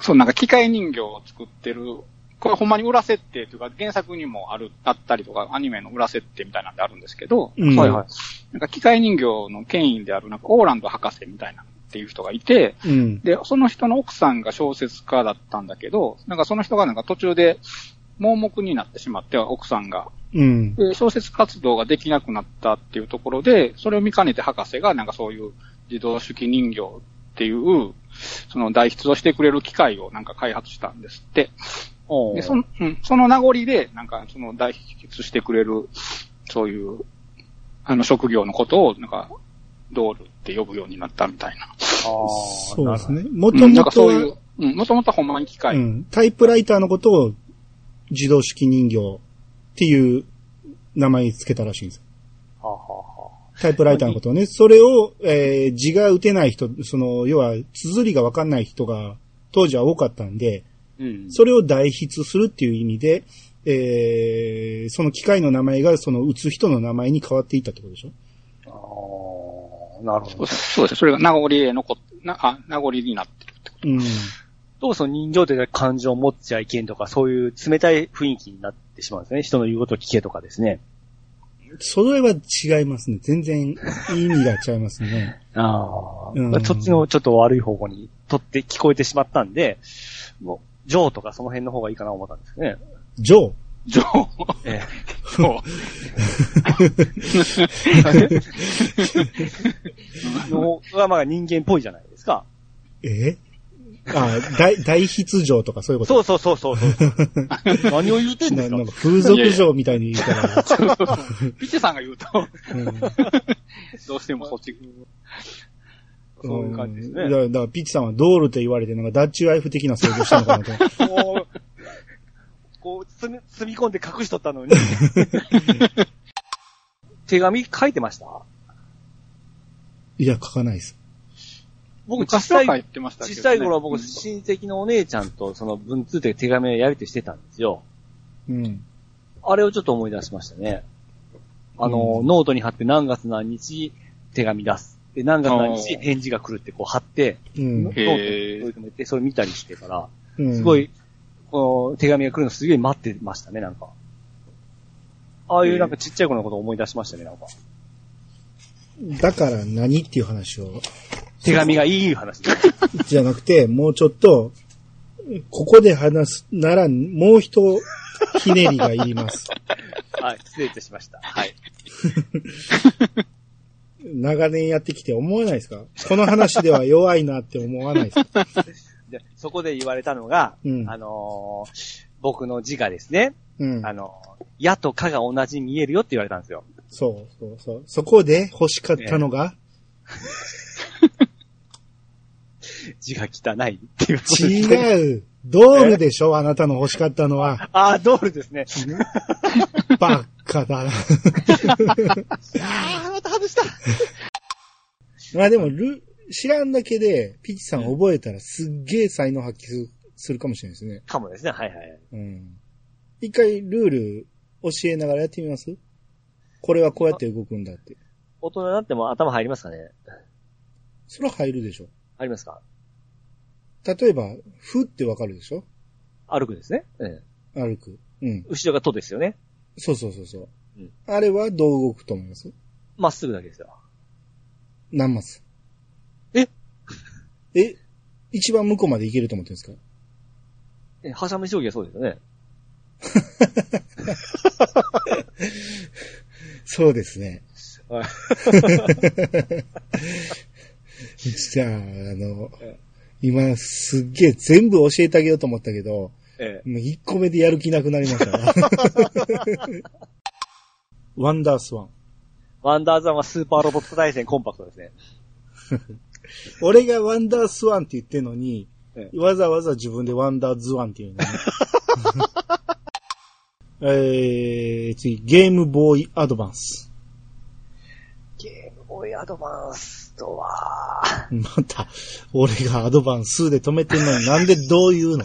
そう、なんか機械人形を作ってる、これほんまに裏設定というか、原作にもある、あったりとか、アニメの裏設定みたいなんであるんですけど、うんはいはいなんか機械人形の権威である、なんかオーランド博士みたいなっていう人がいて、うん。で、その人の奥さんが小説家だったんだけど、なんかその人がなんか途中で盲目になってしまって、奥さんが。うん。で、小説活動ができなくなったっていうところで、それを見かねて博士がなんかそういう自動手記人形っていう、その代筆をしてくれる機械をなんか開発したんですって。えで、その、うん、その名残で、なんかその代筆してくれる、そういう、あの職業のことを、なんか、ドールって呼ぶようになったみたいな。そうですね。うもとん、なもんかとそは、ういう、うん、もともとはほんまに機械。うんタイプライターのことを自動式人形っていう名前につけたらしいんですよ。はあはあはあタイプライターのことをね。それを、えー字が打てない人、その、要は、綴りがわかんない人が当時は多かったんで、うん。それを代筆するっていう意味で、えーその機械の名前がその打つ人の名前に変わっていったってことでしょああ、なるほど。そうですそうです。それが名残へ残っ、な、あ、名残になってるってこと。うん。どうその人形という感情を持っちゃいけんとか、そういう冷たい雰囲気になってしまうんですね。人の言うことを聞けとかですね。それは違いますね。全然意味が違いますね。あうあんそっちのちょっと悪い方向に取って聞こえてしまったんで、もう、ジョーとかその (laughs) 辺の方がいいかなと思ったんですけどね。ジョー。情報。えそう。の方がまあ人間っぽいじゃないですか。えあ、大、大筆状とかそういうことそうそうそうそうそう。何を言うてんでなな (laughs) すかんか風俗嬢みたいに言うから、 (laughs) ピッチさんが言うと、うんどうしてもそっち。そういう感じですうねんだから、だからピッチさんはドールと言われて、なんかダッチワイフ的な制御したのかな (laughs) と。こう、こう、積み、積み込んで隠しとった (laughs) のに。手紙書いてましたいや、書かないです。僕実昔は際、書いてましたけど、小ね。さい頃は僕、うん親戚のお姉ちゃんとその文通で手紙をやりとりしてたんですよ。うん。あれをちょっと思い出しましたね。あの、うんノートに貼って何月何日手紙出す。で、何月何日あー返事が来るってこう貼って、うんノー。トに置いてもらってそれ見たりしてから、うんすご。い、この手紙が来るのすげえ待ってましたね、なんか。ああいうなんかちっちゃい頃のことを思い出しましたね、なんか。だから何っていう話を、手紙がいい話。じゃなくて、もうちょっと、ここで話すなら、もう一ひねりがいり (laughs) ます。はい、失礼いたしました。はい。長年やってきて思わないですかこの話では弱いなって思わないですかで、そこで言われたのが、うんあのー僕の字がですね、うんあ。のー、矢とかが同じに見えるよって言われたんですよ。そうそうそう。そこで欲しかったのが、字が汚いっていうことで。違う。ドールでしょあなたの欲しかったのは。 (laughs) ああ、ドールですね。ばっかだな。ああ、また外した。 (laughs) まあでも、ル、知らんだけで、ピチさん覚えたらすっげえ才能発揮するするかもしれないですね。かもですね、はいはい。うん。一回ルール教えながらやってみますこれはこうやって動くんだって。大人になっても頭入りますかねそれは入るでしょ。ありますか例えば、ふってわかるでしょ歩くですね。うん。歩く。うん。後ろがとですよね。そうそうそうそううん。あれはどう動くと思いますまっすぐだけですよ。何マスええ一番向こうまで行けると思ってるんですかえ、はしゃめ将棋はそうですよね。そうですねはい。 (laughs) じゃあ、あの、今すっげえ全部教えてあげようと思ったけど、ええ。もう1個目でやる気なくなりました (laughs) わ。ワンダースワン。ワンダーザンはスーパーロボット対戦コンパクトですね。俺がワンダースワンって言ってんのにえ、わざわざ自分でワンダーズワンって言うのね。 (laughs) えー、次、ゲームボーイアドバンス。ゲームボーイアドバンスとは、 (laughs) また、俺がアドバンスで止めてんの (laughs) になんでどう言うの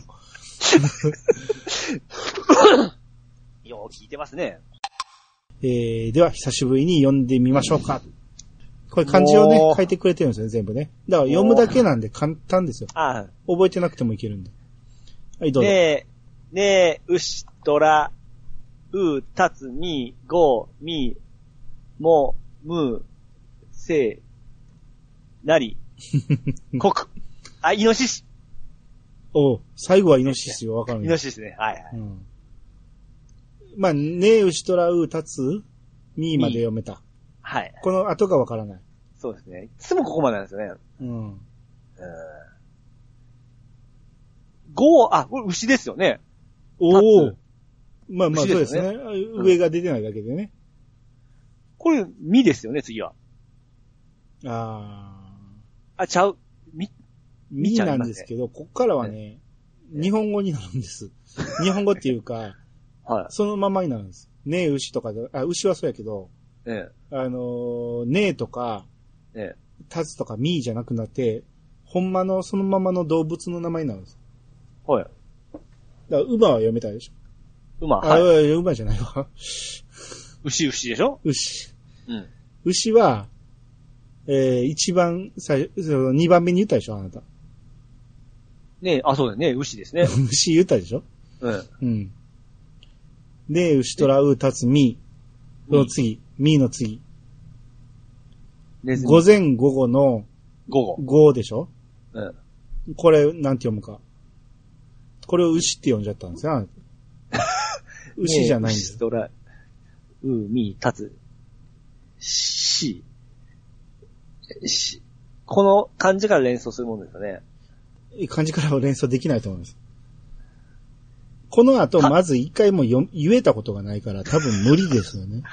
よう聞いてますね。えー、では久しぶりに読んでみましょうか。これ漢字をねお、ー書いてくれてるんですよね、全部ね。だから読むだけなんで簡単ですよ。あ覚えてなくてもいけるんで。はい、あ、どうぞ。ねえ、ねえ、うし、とら、う、たつ、み、ご、み、も、む、せ、(laughs) なり、こく。あ、イノシシ。おう最後はイノシスよ、わかるイノシシですね。はいはい。うん。まあ、ねえ、うしとらう、たつ、みまで読めた。はい。この後がわからない。そうですね。いつもここまでなんですよね。うん。ご、あ、これ牛ですよね。おたお。まあまあ、牛そうでですすねよね。上が出てないだけでね。これ、みですよね、次は。ああ。あ、ちゃう。み、み見ちゃないんますねですけど、こっからはね、日本語になるんです。日本語っていうか、 (laughs) はそのままになるんです。ねえ、牛とかで、あ、牛はそうやけど、い。えあのーねえとか、え。ええ。たつとかみーじゃなくなって、ほんまのそのままの動物の名前になるんです。はい。だから、馬は読めたでしょ。馬、あ、はい。馬じゃないわ。 (laughs) 牛、牛でしょ牛。うん。牛は、えー、一番最初、その二番目に言ったでしょ、あなた。 (laughs) ねえ、あ、そうだね、牛ですね。牛言ったでしょうん。うん。ねえ、牛とらう、たつ、み。その次、みの次。ネズミ午前午後の午後。午でしょうん。これ、なんて読むか。これを牛って読んじゃったんですよ。あなた牛じゃないんでねえ牛す。ドラ、う、み、たつ、し、し、この漢字から連想するものですよね。漢字からは連想できないと思います。この後、まず一回もよ言えたことがないから、多分無理ですよね。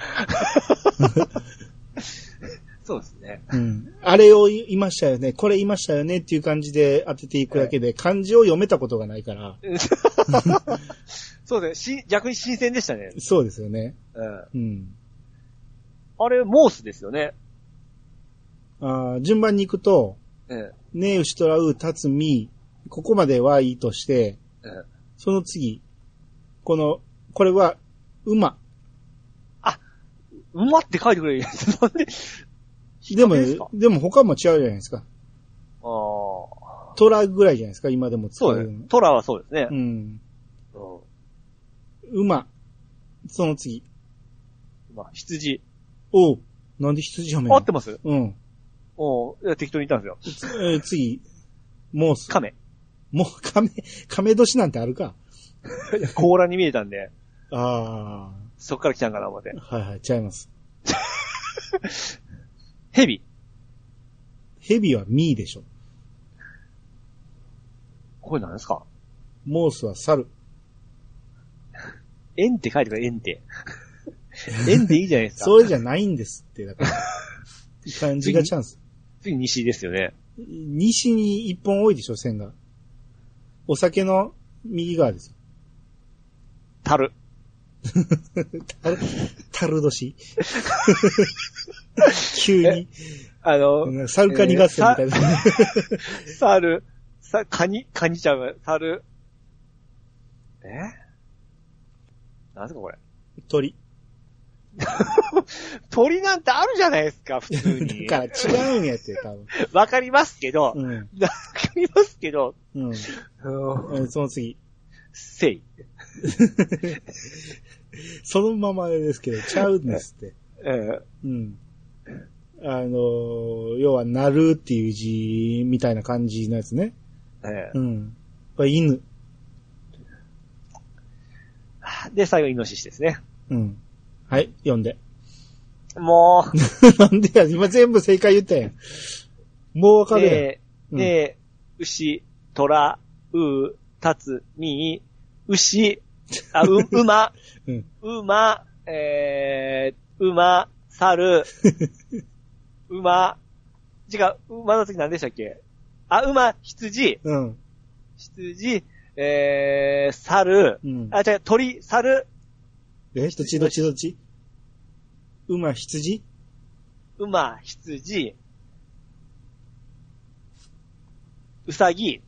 そうですね。うん。あれを言いましたよね、これ言いましたよねっていう感じで当てていくだけで、漢字を読めたことがないから、そうですね。し、逆に新鮮でしたね。そうですよね。うん。うん。あれ、モースですよね。あー順番に行くと、えねえ、うしとらう、たつみ、ここまではいいとして、ええその次、この、これは、馬。馬って書いてくれるやつ。なんででも、引っ掛け (laughs) ですでかも他も違うじゃないですか。ああ。虎ぐらいじゃないですか、今でも使そううの。です。トラはそうですねう。ん。うん馬。その次。まあ、羊。おう。なんで羊やめん合ってますうん。おいや適当に言ったんですよ。つえー次、モース。亀。もう、亀、亀年なんてあるか。甲羅に見えたんで、あそっから来たんかな思ってあ。。はいはい、ちゃいます。蛇。蛇はミーでしょ。これ何ですかモースは猿。円って書いてくれ、円って。円でいいじゃないですか。それじゃないんですって、だから。漢字がチャンス。次西ですよね。西に一本多いでしょ、線が。お酒の右側です樽。よ。たる、たる年。急に、あの、うんサルカニ合戦みたいな。猿、さ、カニ、カニちゃう、猿。え何ですかこれ。鳥。鳥なんてあるじゃないですか、普通 (laughs) に。だから違うんやって、多分。わかりますけど、うん。わかりますけど、うんうん。その次。せい。そのままですけど、ちゃうんですって。うんうん。あのー要は、なるっていう字みたいな感じのやつね。えうん。これ犬。えで、最後、イノシシですね。うん。はい、読んで。 (laughs) もう、なんでや、今全部正解言ったやん。もうわかるやん。で、で、牛、虎、う、たつ、み、牛、(laughs) あ、う、馬、うん馬、えー、馬、 (laughs) 猿、馬、違う、馬の次何でしたっけあ、馬、羊、うん。羊、えー、猿、うん。あ、違う、鳥、猿、え、どっちどっちどっち馬、羊 (laughs) 馬、羊、うさぎ、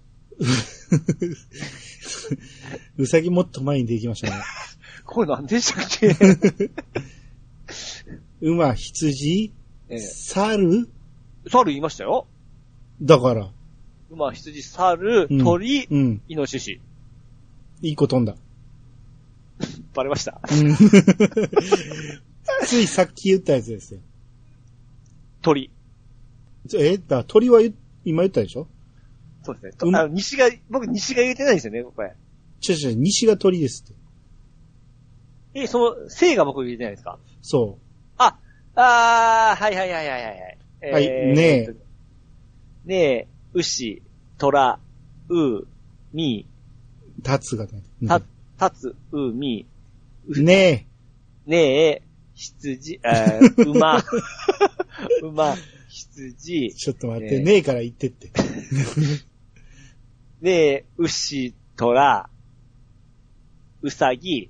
うさぎもっと前にできましたね。これ何でしたっ (laughs) け、馬、羊、えー猿猿言いましたよ。だから。馬、羊、猿うん、鳥、うん。イノシシ。一個飛んだ。バレました。うん。ついさっき言ったやつですよ。鳥。え、だ鳥は言う今言ったでしょそうですねと。うんあの西が、僕西が言えてないんですよね、これ。違う違う、西が鳥ですって。え、その、生が僕言えてないですかそあー、はいはいはいはいはい。えーはいねえ。っとねえ、牛、虎、う、み、う。タツがね。た、たつ、う、み、ねねえ、羊、え (laughs) ー、馬、馬、え。羊、ちょっと待って、ねえねえから言ってって。ねえ、牛、虎、うさぎ、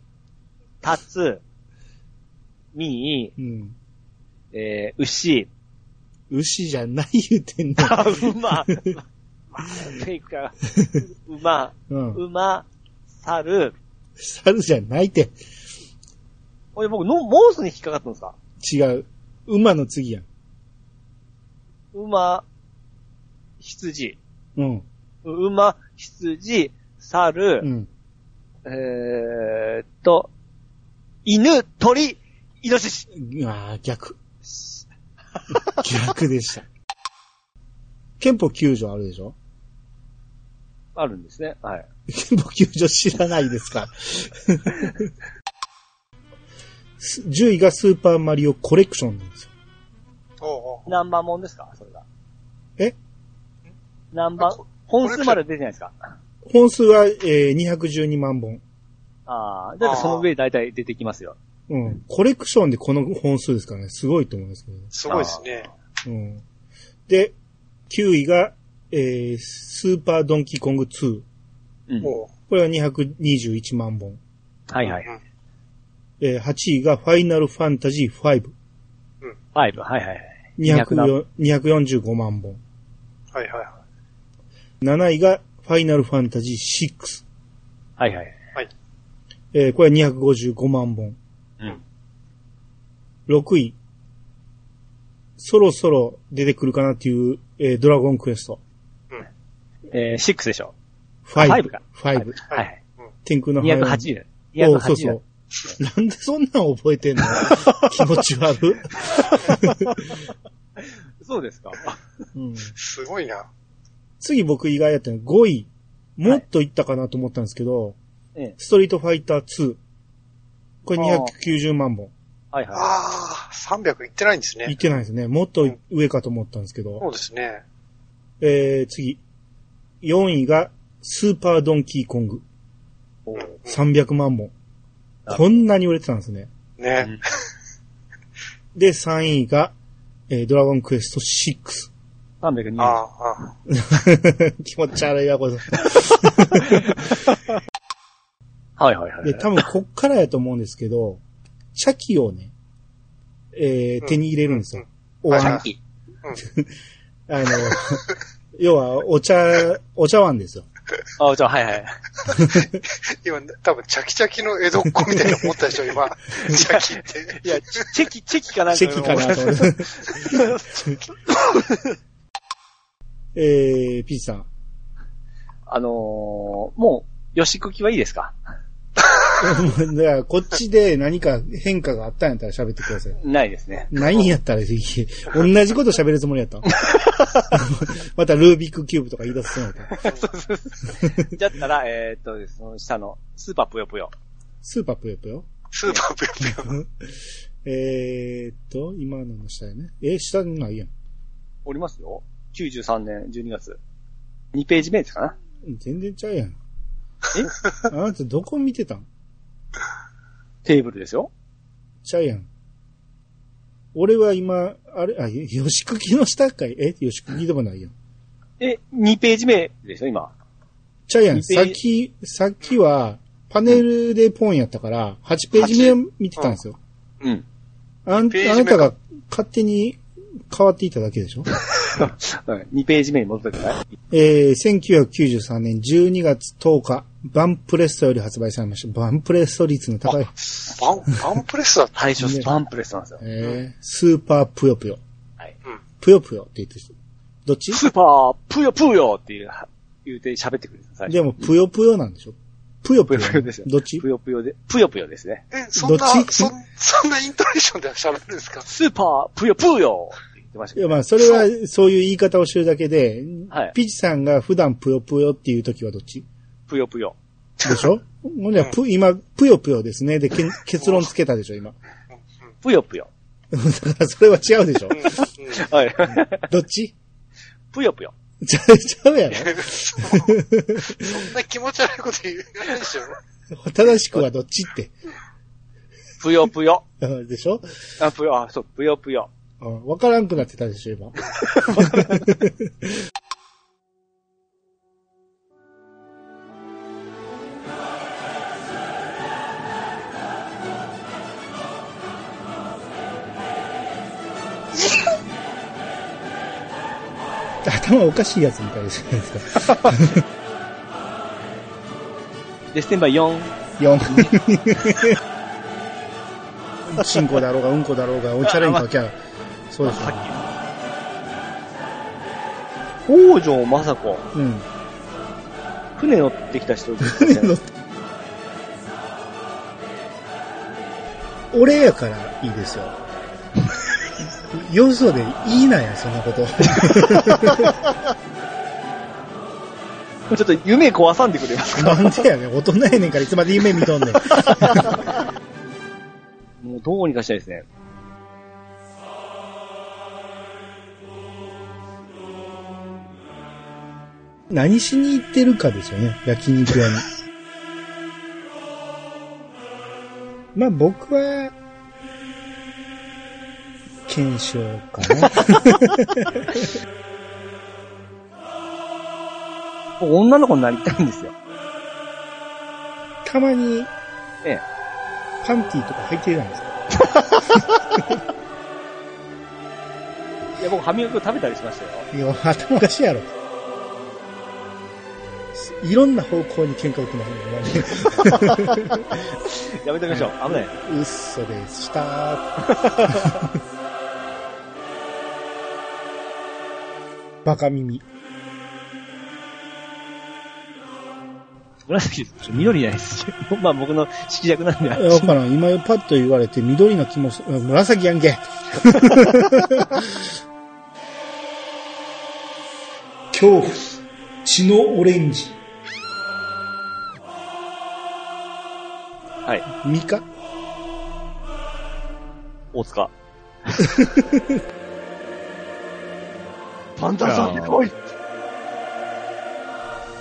たつ、みうん。ー、えー、牛、牛じゃない言うて (laughs) んねあ、うま、フェイクか、うま、うん。うま、猿、猿じゃないって。俺僕の、モースに引っかかったんですか違う。馬の次やん。うま、羊、うん。うま、羊、猿、うん。えーっと、犬、鳥、イノシシ。ああ、 (laughs) 逆。逆でした。憲法9条あるでしょあるんですね。はい。憲法9条知らないですか (laughs) す ?10 位がスーパーマリオコレクションなんですよ。何番もんですかそれが。え何番あこ、本数まで出てないですか本数は、えー、212万本。ああ、だってその上大体出てきますよ。うん。コレクションでこの本数ですからね、すごいと思いますけど、ね。すごいですね。うん。で、9位が、えー、スーパードンキーコング2。うん。もこれは221万本。はいはうい。ん。えー、8位がファイナルファンタジー5。 5、はいはいはい。 204 245万本。はいはいは7位がファイナルファンタジー6。はいはい。えー、これは255万本。うん。 6位。そろそろ出てくるかなっていう、えー、ドラゴンクエスト。えー、6でしょ。 5。 5か。 5。はいはい。天空の花嫁280。おうそう280そ。う。なんでそんなん覚えてんの気持ち悪。そうですか。うん、い。すごいな。次僕意外やったの5位。もっといったかなと思ったんですけど、ええストリートファイター2。これああ290万本。はいはああ、300いってないんですいねっ。てないですね。もっとうん上かと思ったんですけそど。うですね。えー、次。4位がスーパードンキーコング。うんうん300万本。あこんなに売れてたんですね。ね。で、3位が、えードラゴンクエスト6。 (laughs) い。320。あはあ、ああ。気持ち悪いな、これ。いはいはで、い。多分こっからやと思うんですけど、チャキをね、えー手に入れるんですよ。おうん椀チャキあの、 (laughs) 要は、お茶、お茶碗ですよ。あ、じゃあはいはい。今、多分、チャキチャキの江戸っ子みたいな思ったでしょ、今。チャキって。いや、チチェキ、チェキかなんか。チェキかなと (laughs) 思って。えー、ピーチさん。 (laughs) あのー、もう、吉久きはいいですかだから、こっちで何か変化があったんやったら喋ってください。ないです (laughs) ね。ないんやったらいい、同じこと喋るつもりやった。 (laughs) またルービックキューブとか言い出すつもりやった。だったら、えーっと、その下の、スーパーぷよぷよ。スーパープヨプヨスーパーぷよぷよ。 (laughs) えーっと、今のの下やね。えー、下にないやん。おりますよ。93年12月。2ページ目ですかな全然ちゃうやん。え (laughs) あなたどこ見てたんテーブルですよ。ちゃうやん。俺は今、あれ、あ、よしくきの下かいえよしくきでもないやん。え、2ページ目でしょ、今。ちゃうやん。二ペさーっき、さっきは、パネルでポンやったから、8ページ目見てたんですよ。うん。あんページ目あなたが勝手に変わっていただけでしょ2ページ目に戻ってください。えー、1993年12月10日、バンプレストより発売されました。バンプレスト率の高い。バン、バンプレスだった。最初、スパンプレスなんですよ。えー、スーパーぷよぷよ。はいうんぷよぷよって言ってる人どっち (laughs) スーパー、ぷよぷよっていう、は言うて喋ってくるんですよ、最初。でも、ぷよぷよなんでしょぷよぷよ。ぷよぷよですよどっちぷよぷよで、ぷよぷよですね。え、そんなどっ、ちそん、そんなイントネーションで喋るんですかスーパー、ぷよぷよって言ってましいたけや、ど。まあ、それは、そういう言い方をしてるだけで、はいピチさんが普段ぷよぷよっていう時はどっ (laughs) ちぷよぷよ。でしょほんじゃ、ぷ、今、ぷよぷよですね。で、けん結論つけたでしょ、今。 (laughs) ぷよぷよ。だから、それは違うでしょうん、うん。はい。どっち (laughs) (laughs) ぷよぷよ。ちゃう、ちゃうやろそんな気持ち悪いこと言わないでしょ (laughs) 正しくはどっちって。 (laughs) ぷよぷよ。うんでしょあ、ぷよ、あ、そう、ぷよぷよ。うんわからんくなってたでしょ、今。 (laughs) 頭おかしいやつみたいじゃないですか。 (laughs) で、ステンバイ4。 (laughs) 4。チ (laughs) ンコだろうが、うんこだろうが、おちゃれにかきゃ、そうでし北条政子。ょ。うん。船乗ってきた人ですよね、船乗って俺やからいいですよ。よそでいいなや、そんな (laughs) こと。ちょっと夢壊さんでくれますかなんでやねん、大人やねんからいつまで夢見とんねん。もうどうにかしたいですね。何しに行ってるかですよね、焼肉屋に。まあ僕は、検証か (laughs) な。女の子になりたいんですよ。たまに、ええパンティーとか履いてるじゃないですか。いや、僕、歯磨きを食べたりしましたよ。いや、頭おかしいやろ。いろんな方向に喧嘩売ってますね。やめてみましょう。危ない。嘘で (laughs) した。バカ耳。紫です。緑じゃないです。 (laughs) まあ、僕の色弱なんであれわからん。今パッと言われて緑な気もする。紫やん (laughs) け。恐怖。血のオレンジ。はい。ミ (laughs) カ大塚。パンダさん、おい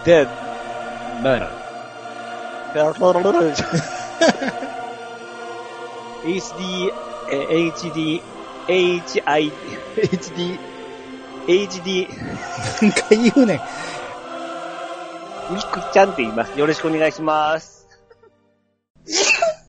で、なんや (laughs) ろ。HD、え HD、HI、HD、HD、何回言うねん。ミクちゃんって言います。よろしくお願いします。